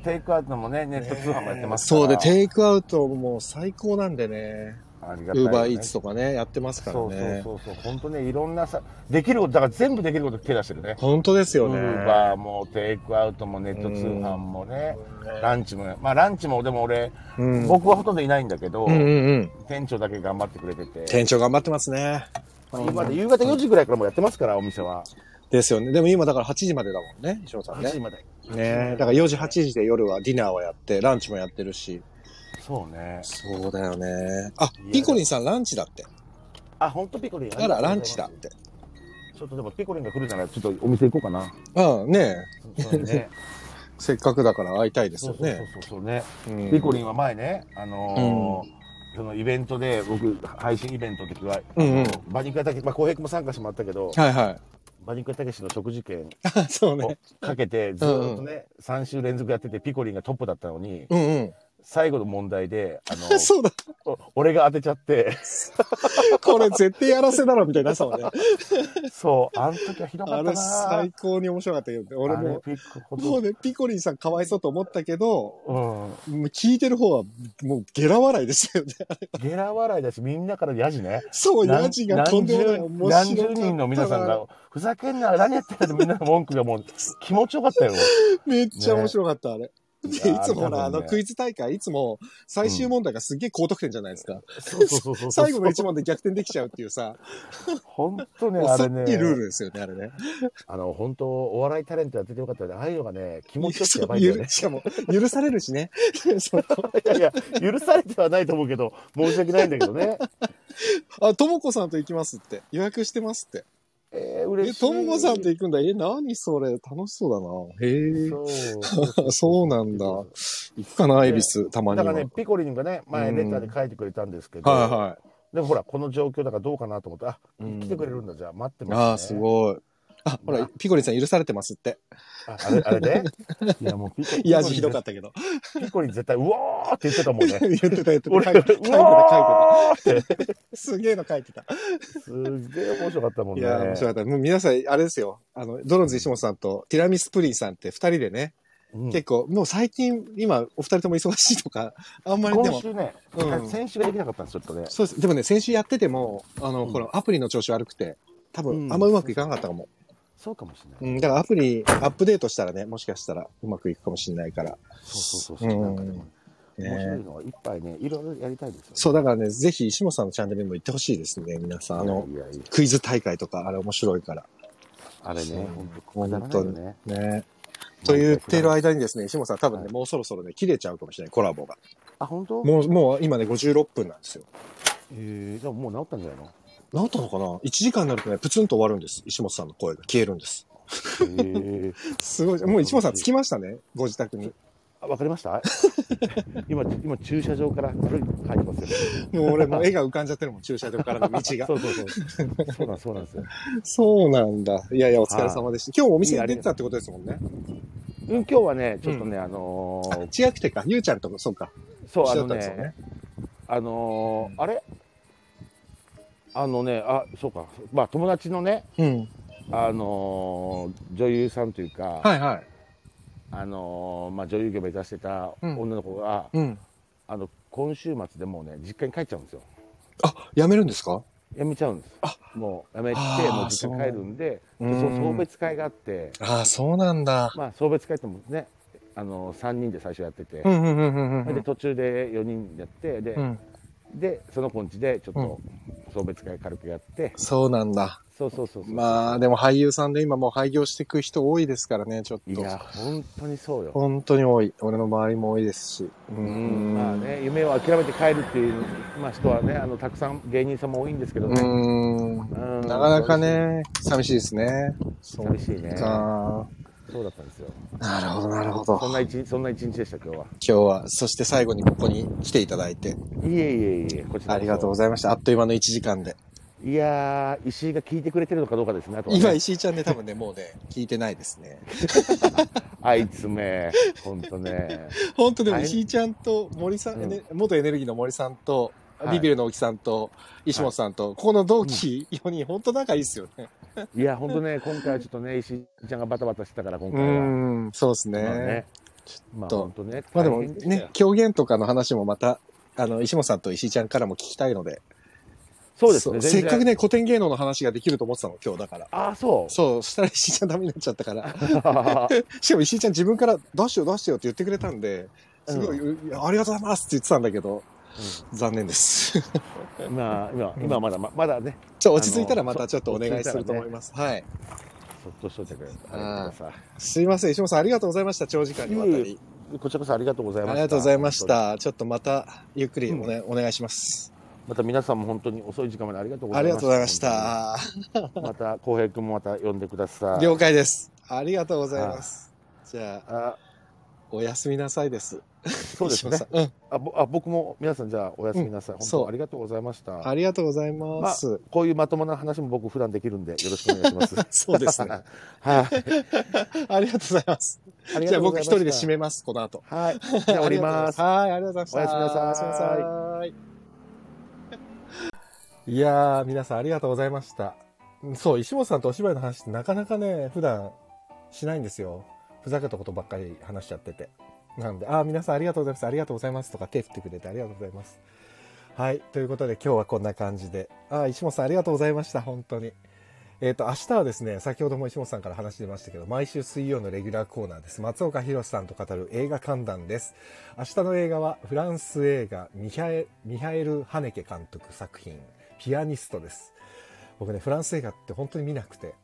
Speaker 2: テイクアウトもね、ネット通販もやってますから。
Speaker 1: そうで、テイクアウトも最高なんでね。
Speaker 2: ありがたい
Speaker 1: ウー
Speaker 2: よね
Speaker 1: バーイーツとかね、やってますから
Speaker 2: そうそう
Speaker 1: ね。
Speaker 2: そうそう。本当ね、いろんなさ、できること、だから全部できること手出してるね。
Speaker 1: 本当です
Speaker 2: ウ
Speaker 1: よね。
Speaker 2: ーバーもテイクアウトもネット通販もね、ランチもね。まあ、ランチも、でも俺、
Speaker 1: うん。
Speaker 2: 僕はほとんどいないんだけど、
Speaker 1: うんうんうん。
Speaker 2: 店長だけ頑張ってくれてて、
Speaker 1: 店長頑張ってますね。
Speaker 2: 今で夕方4時ぐらいからもうやってますから、お店は。
Speaker 1: ですよね。でも今だから8時までだもんね、石本さん
Speaker 2: 8
Speaker 1: ね
Speaker 2: 時。まで。
Speaker 1: ねだから4時、8時で夜はディナーはやって、ランチもやってるし。
Speaker 2: そうね。
Speaker 1: そうだよね。あ、ピコリンさんランチだって。
Speaker 2: あ、ほんとピコリン。
Speaker 1: あら、ランチだっ。て。
Speaker 2: ちょっとでもピコリンが来るなら、ちょっとお店行こうかな。
Speaker 1: うん、ね
Speaker 2: そうね。
Speaker 1: えせっかくだから会いたいです
Speaker 2: そ
Speaker 1: よ
Speaker 2: うそうそう
Speaker 1: ね。
Speaker 2: そうそうね。
Speaker 1: うん
Speaker 2: ピコリンは前ね、あのーそのイベントで、僕、配信イベントの時は、
Speaker 1: うんうん
Speaker 2: あの馬肉屋たけし、まあ、浩平君も参加してもらったけど、
Speaker 1: はいは
Speaker 2: 馬肉屋たけしの食事券
Speaker 1: い。 そう
Speaker 2: を
Speaker 1: ね。
Speaker 2: かけて、ずーっとね、3週連続やってて、ピコリンがトップだったのに、
Speaker 1: うんうん。
Speaker 2: 最後の問題で、あのー
Speaker 1: そうだ。
Speaker 2: お俺が当てちゃって、
Speaker 1: これ絶対やらせだろ、みたいなさも ね。
Speaker 2: そう、あの時はひどか
Speaker 1: あ
Speaker 2: った
Speaker 1: れ
Speaker 2: な
Speaker 1: 最高に面白かったけど、俺も、
Speaker 2: あれピックほ
Speaker 1: もう
Speaker 2: ど、
Speaker 1: ね、ピコリンさんかわいそうと思ったけど、
Speaker 2: うん。
Speaker 1: もう聞いてる方は、もうゲラ笑いでしたよね。
Speaker 2: ゲラ笑いだし、みんなからヤジね。
Speaker 1: そう、
Speaker 2: 何
Speaker 1: ヤジがとんでもない。面白かった
Speaker 2: 何十
Speaker 1: な
Speaker 2: 何十人の皆さんが、ふざけんな、何やってんだってみんなの文句がもう気持ちよかったよ。
Speaker 1: めっちゃ面白かった、あれ。で、いつもほら、
Speaker 5: あ
Speaker 1: あ
Speaker 5: ると思うね
Speaker 1: の、クイズ大会、いつも、最終問題がすっげえ高得点じゃないですか。
Speaker 5: そうそうそうそう。
Speaker 1: 最後の一問で逆転できちゃうっていうさ、
Speaker 5: 本当ね、あ
Speaker 1: 恐
Speaker 5: れ
Speaker 1: ろ
Speaker 5: ね
Speaker 1: しいルールですよね、あれね。
Speaker 5: あの、本当お笑いタレントやっててよかったよね。ああいうのがね、気持ちよくてやばいんだよ
Speaker 1: ゆ
Speaker 5: ね
Speaker 1: し。かも、許されるし ね。そう
Speaker 5: いやいや、許されてはないと思うけど、申し訳ないんだけどね。
Speaker 1: あ、ともこさんと行きますって。予約してますって。
Speaker 5: えー、
Speaker 1: え、
Speaker 5: 嬉しい。
Speaker 1: ともこさんと行くんだ。え、何それ楽しそうだな。へえ。
Speaker 5: そう
Speaker 1: あ そうなんだ。行くかな、
Speaker 5: ね
Speaker 1: 恵比寿、たまに
Speaker 5: だか
Speaker 1: は。
Speaker 5: らね、ピコリンがね、前レターで書いてくれたんですけど、
Speaker 1: は
Speaker 5: でもほら、この状況だからどうかなと思って、あ、
Speaker 1: いはい。
Speaker 5: 来てくれるんだ、じゃあ、待って
Speaker 1: うん
Speaker 5: ます、ね。
Speaker 1: ああ、すごい。あ、ほら、ピコリンさん許されてますって。
Speaker 5: ああれ、あれで いや、もうピコリン、
Speaker 1: いや、ひどかったけど。
Speaker 5: ピコリン絶対、うおーって言ってたも んね。
Speaker 1: 言ってた、言ってた。書い
Speaker 5: 俺
Speaker 1: てた、書いて
Speaker 5: う
Speaker 1: た、書い
Speaker 5: わーって
Speaker 1: てた。すげえの書いてた。
Speaker 5: すげえ面白かったもん
Speaker 1: い
Speaker 5: ね。
Speaker 1: や、面白かった。もう皆さん、あれですよ。あの、ドロンズ石本さんとティラミスプリンさんって二人でね、
Speaker 5: うん
Speaker 1: 結構、もう最近、今、お二人とも忙しいとか、 あんまりで
Speaker 5: 今
Speaker 1: も、
Speaker 5: 週ね、
Speaker 1: うん
Speaker 5: 先週ができなかったんです、ちょっとね。
Speaker 1: そうです。でもね、先週やってても、あの、
Speaker 5: うん
Speaker 1: ほら、アプリの調子悪くて、多
Speaker 5: う
Speaker 1: 分、
Speaker 5: ん
Speaker 1: あんまうまくいかなかったかも。
Speaker 5: そうかもしれない。
Speaker 1: うん、だからアプリ、アップデートしたらね、もしかしたらうまくいくかもしれないから。
Speaker 5: そうそうそうそう、
Speaker 1: うん
Speaker 5: なんかでも、面白い
Speaker 1: ね、
Speaker 5: のはいっぱいね、いろいろやりたいですよ、ね。
Speaker 1: そう、だからね、ぜひ、石本さんのチャンネルにも行ってほしいですね、皆さん。あの、
Speaker 5: いやいやいや
Speaker 1: クイズ大会とか、あれ面白いから。
Speaker 5: あれね、
Speaker 1: そう
Speaker 5: 本当こうならないよね。
Speaker 1: ね。と言っている間にですね、石本さん多分ね、もうそろそろね、切れちゃうかもしれない、コラボが。
Speaker 5: あ、本当？
Speaker 1: もう、もう今ね、56分なんですよ。
Speaker 5: えー、でももう治ったんじゃないの？
Speaker 1: なんたのかな ?1 時間になるとね、プツンと終わるんです。石本さんの声が消えるんです。
Speaker 5: え
Speaker 1: すごい。もう石本さん着きましたね、ご自宅に。
Speaker 5: ー、わかり ました？今今駐車場から歩いて帰ってますよ。
Speaker 1: もう俺もう絵が浮かんじゃってるもん、駐車場からの道が
Speaker 5: そ。うそうそう。そうなんそうなんですよ。
Speaker 1: そうなんだ。いやいや、お疲れ様でした。今日お店に出てたってことですもんね。
Speaker 5: うん、今日はね、ちょっとね、あの
Speaker 1: あ
Speaker 5: ー、
Speaker 1: 違くてか、ゆうちゃんとか、そうか。
Speaker 5: そう
Speaker 1: 一
Speaker 5: あ
Speaker 1: 緒だ
Speaker 5: の
Speaker 1: ったんですよ
Speaker 5: ね
Speaker 1: ね、。
Speaker 5: あのー、あれ？あのね、あ、そうか。まあ友達のね、
Speaker 1: うん。
Speaker 5: あのー、女優さんというか、
Speaker 1: はいはい。
Speaker 5: あのーまあ、女優業を目指してた
Speaker 1: うん
Speaker 5: 女の子が、
Speaker 1: うん。
Speaker 5: あの今週末でもうね実家に帰っちゃうんですよ
Speaker 1: あ、辞めるんですか
Speaker 5: やめちゃうんです
Speaker 1: あ
Speaker 5: もうやめて
Speaker 1: あー
Speaker 5: もう実家に帰るんで
Speaker 1: そう
Speaker 5: で
Speaker 1: うん
Speaker 5: その送別会があって、
Speaker 1: ああ、そうなんだ。
Speaker 5: まあ、送別会ってもね、あの3人で最初やってて、
Speaker 1: んうんうんうん
Speaker 5: で途中で4人やってで,、
Speaker 1: うん。
Speaker 5: でその子んちでちょっと送別会軽くやって、
Speaker 1: そうなんだ。
Speaker 5: そうそうそうそう
Speaker 1: まあ、でも俳優さんで今もう廃業していく人多いですからね、ちょっ
Speaker 5: いや
Speaker 1: と。
Speaker 5: 本当にそうよ、
Speaker 1: 本当に多い。俺の周りも多いですし。う
Speaker 5: うんまあ。ね、夢を諦めて帰るっていう、まあ、人はねあのたくさん芸人さんも多いんですけど
Speaker 1: うん。
Speaker 5: ね、
Speaker 1: な
Speaker 5: うん
Speaker 1: かなかね、寂しいですね。そう
Speaker 5: 寂しいね。
Speaker 1: か。
Speaker 5: そうだったんですよ。
Speaker 1: なるほど、なるほど。
Speaker 5: そんな一日、そんな一日でした、今日は。
Speaker 1: 今日は、そして最後にここに来ていただいて、
Speaker 5: いえいえいえ、こちらこそ
Speaker 1: ありがとうございました。あっという間の1時間で。
Speaker 5: いやー、石井が聞いてくれてるのかどうかですね、あとはね
Speaker 1: 今、石井ちゃんね、多分ね、もうね、聞いてないですね。
Speaker 5: あいつめ、ほんとね。
Speaker 1: 本当でも
Speaker 5: はい
Speaker 1: 石井ちゃんと森さん、
Speaker 5: うん
Speaker 1: ね元エネルギーの森さんと、
Speaker 5: はい
Speaker 1: ビビるの大木さんと、石本さんと、ここの同期4人、本当仲いいっすよね。
Speaker 5: いや、ほんとね、今回はちょっとね、石井ちゃんがバタバタしてたから、今
Speaker 1: う
Speaker 5: 回は。
Speaker 1: ん、そうですね。
Speaker 5: まあ
Speaker 1: まあ、
Speaker 5: ね。まあ、
Speaker 1: と
Speaker 5: ほんとね。
Speaker 1: でも
Speaker 5: 大変したよ
Speaker 1: ね、、狂言とかの話もまた、あの、石本さんと石井ちゃんからも聞きたいので、
Speaker 5: そうですね、
Speaker 1: そせっかく
Speaker 5: ね。
Speaker 1: ね、古典芸能の話ができると思ってたの、今日だから。
Speaker 5: ああ、そう。
Speaker 1: そう、そしたら石井ちゃんダメになっちゃった から。
Speaker 5: あ
Speaker 1: しかも石井ちゃん自分から出してよ出してよって言ってくれたんで、すごい、いやありがとうございますって言ってたんだけど、残念です。
Speaker 5: ーまあ、今、今まだ、ままだね、
Speaker 1: じゃあ落ち着いたらま
Speaker 5: あ
Speaker 1: た
Speaker 5: の
Speaker 1: ちょっとお願いすると思います。はい。
Speaker 5: そっとしといてくれ。ありがとうございます
Speaker 1: いません、石本さんありがとうございました。長時間にわた
Speaker 5: いえ
Speaker 1: り。
Speaker 5: す。こちらこそありがとうございまし
Speaker 1: あ
Speaker 5: た。
Speaker 1: りがとうございまし。た。ちょっとまたゆっくりお,、ねお願いします。
Speaker 5: また皆さんも本当に遅い時間までありがとうござ
Speaker 1: あ
Speaker 5: いま
Speaker 1: り
Speaker 5: した。
Speaker 1: がとうございまし。た。
Speaker 5: また浩平君もまた呼んでください。
Speaker 1: 了解です。ありがとうございます。じゃあ、
Speaker 5: あ
Speaker 1: おやすみなさいです。
Speaker 5: そうですね
Speaker 1: 石。本さん。うん。
Speaker 5: あぼあ僕も皆さんじゃあおやすみなさい。本
Speaker 1: そう
Speaker 5: 当ありがとうございました。
Speaker 1: ありがとうございま
Speaker 5: まあ
Speaker 1: す。、
Speaker 5: こういうまともな話も僕普段できるんでよろしくお願いします。
Speaker 1: そうですね。
Speaker 5: は い。
Speaker 1: ありがとうございます。
Speaker 5: ありが
Speaker 1: じゃ
Speaker 5: と
Speaker 1: あ僕
Speaker 5: うございました
Speaker 1: 一人で締めます、この後。
Speaker 5: はい。じゃあ降ります。
Speaker 1: はい、ありがとうございました。
Speaker 5: おやすみなさい
Speaker 1: おやすみなさ
Speaker 6: いやー、皆さんありがとうございました。そう、石本さんとお芝居の話ってなかなかね、普段しないんですよ。ふざけたことばっかり話しちゃってて。なので、あー、皆さんありがとうございます。ありがとうございます。とか手振ってくれてありがとうございます。はい、ということで今日はこんな感じで。あー、石本さんありがとうございました。本当に。
Speaker 1: えっ、と、明日はですね、先ほども石本さんから話出ましたけど、毎週水曜のレギュラーコーナーです。松岡弘さんと語る映画観覧です。明日の映画は、フランス映画、ミハエミハエル・ハネケ監督作品、ピアニストです。僕ね、フランス映画って本当に見なくて、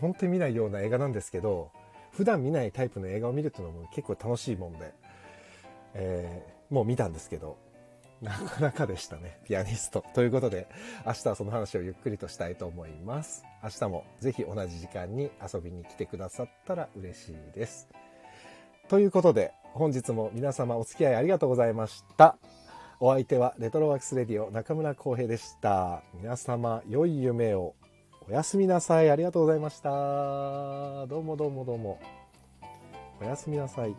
Speaker 1: 本当に見ないような映画なんですけど、普段見ないタイプの映画を見るっていうのも結構楽しいもんで、えーもう見たんですけど、なかなかでしたね、ピアニスト。ということで、明日はその話をゆっくりとしたいと思います。明日もぜひ同じ時間に遊びに来てくださったら嬉しいです。ということで、本日も皆様お付き合いありがとうございました。お相手はレトロワークスレディオ中村浩平でした。皆様、良い夢を。おやすみなさい。ありがとうございました。どうもどうもどうも。おやすみなさい。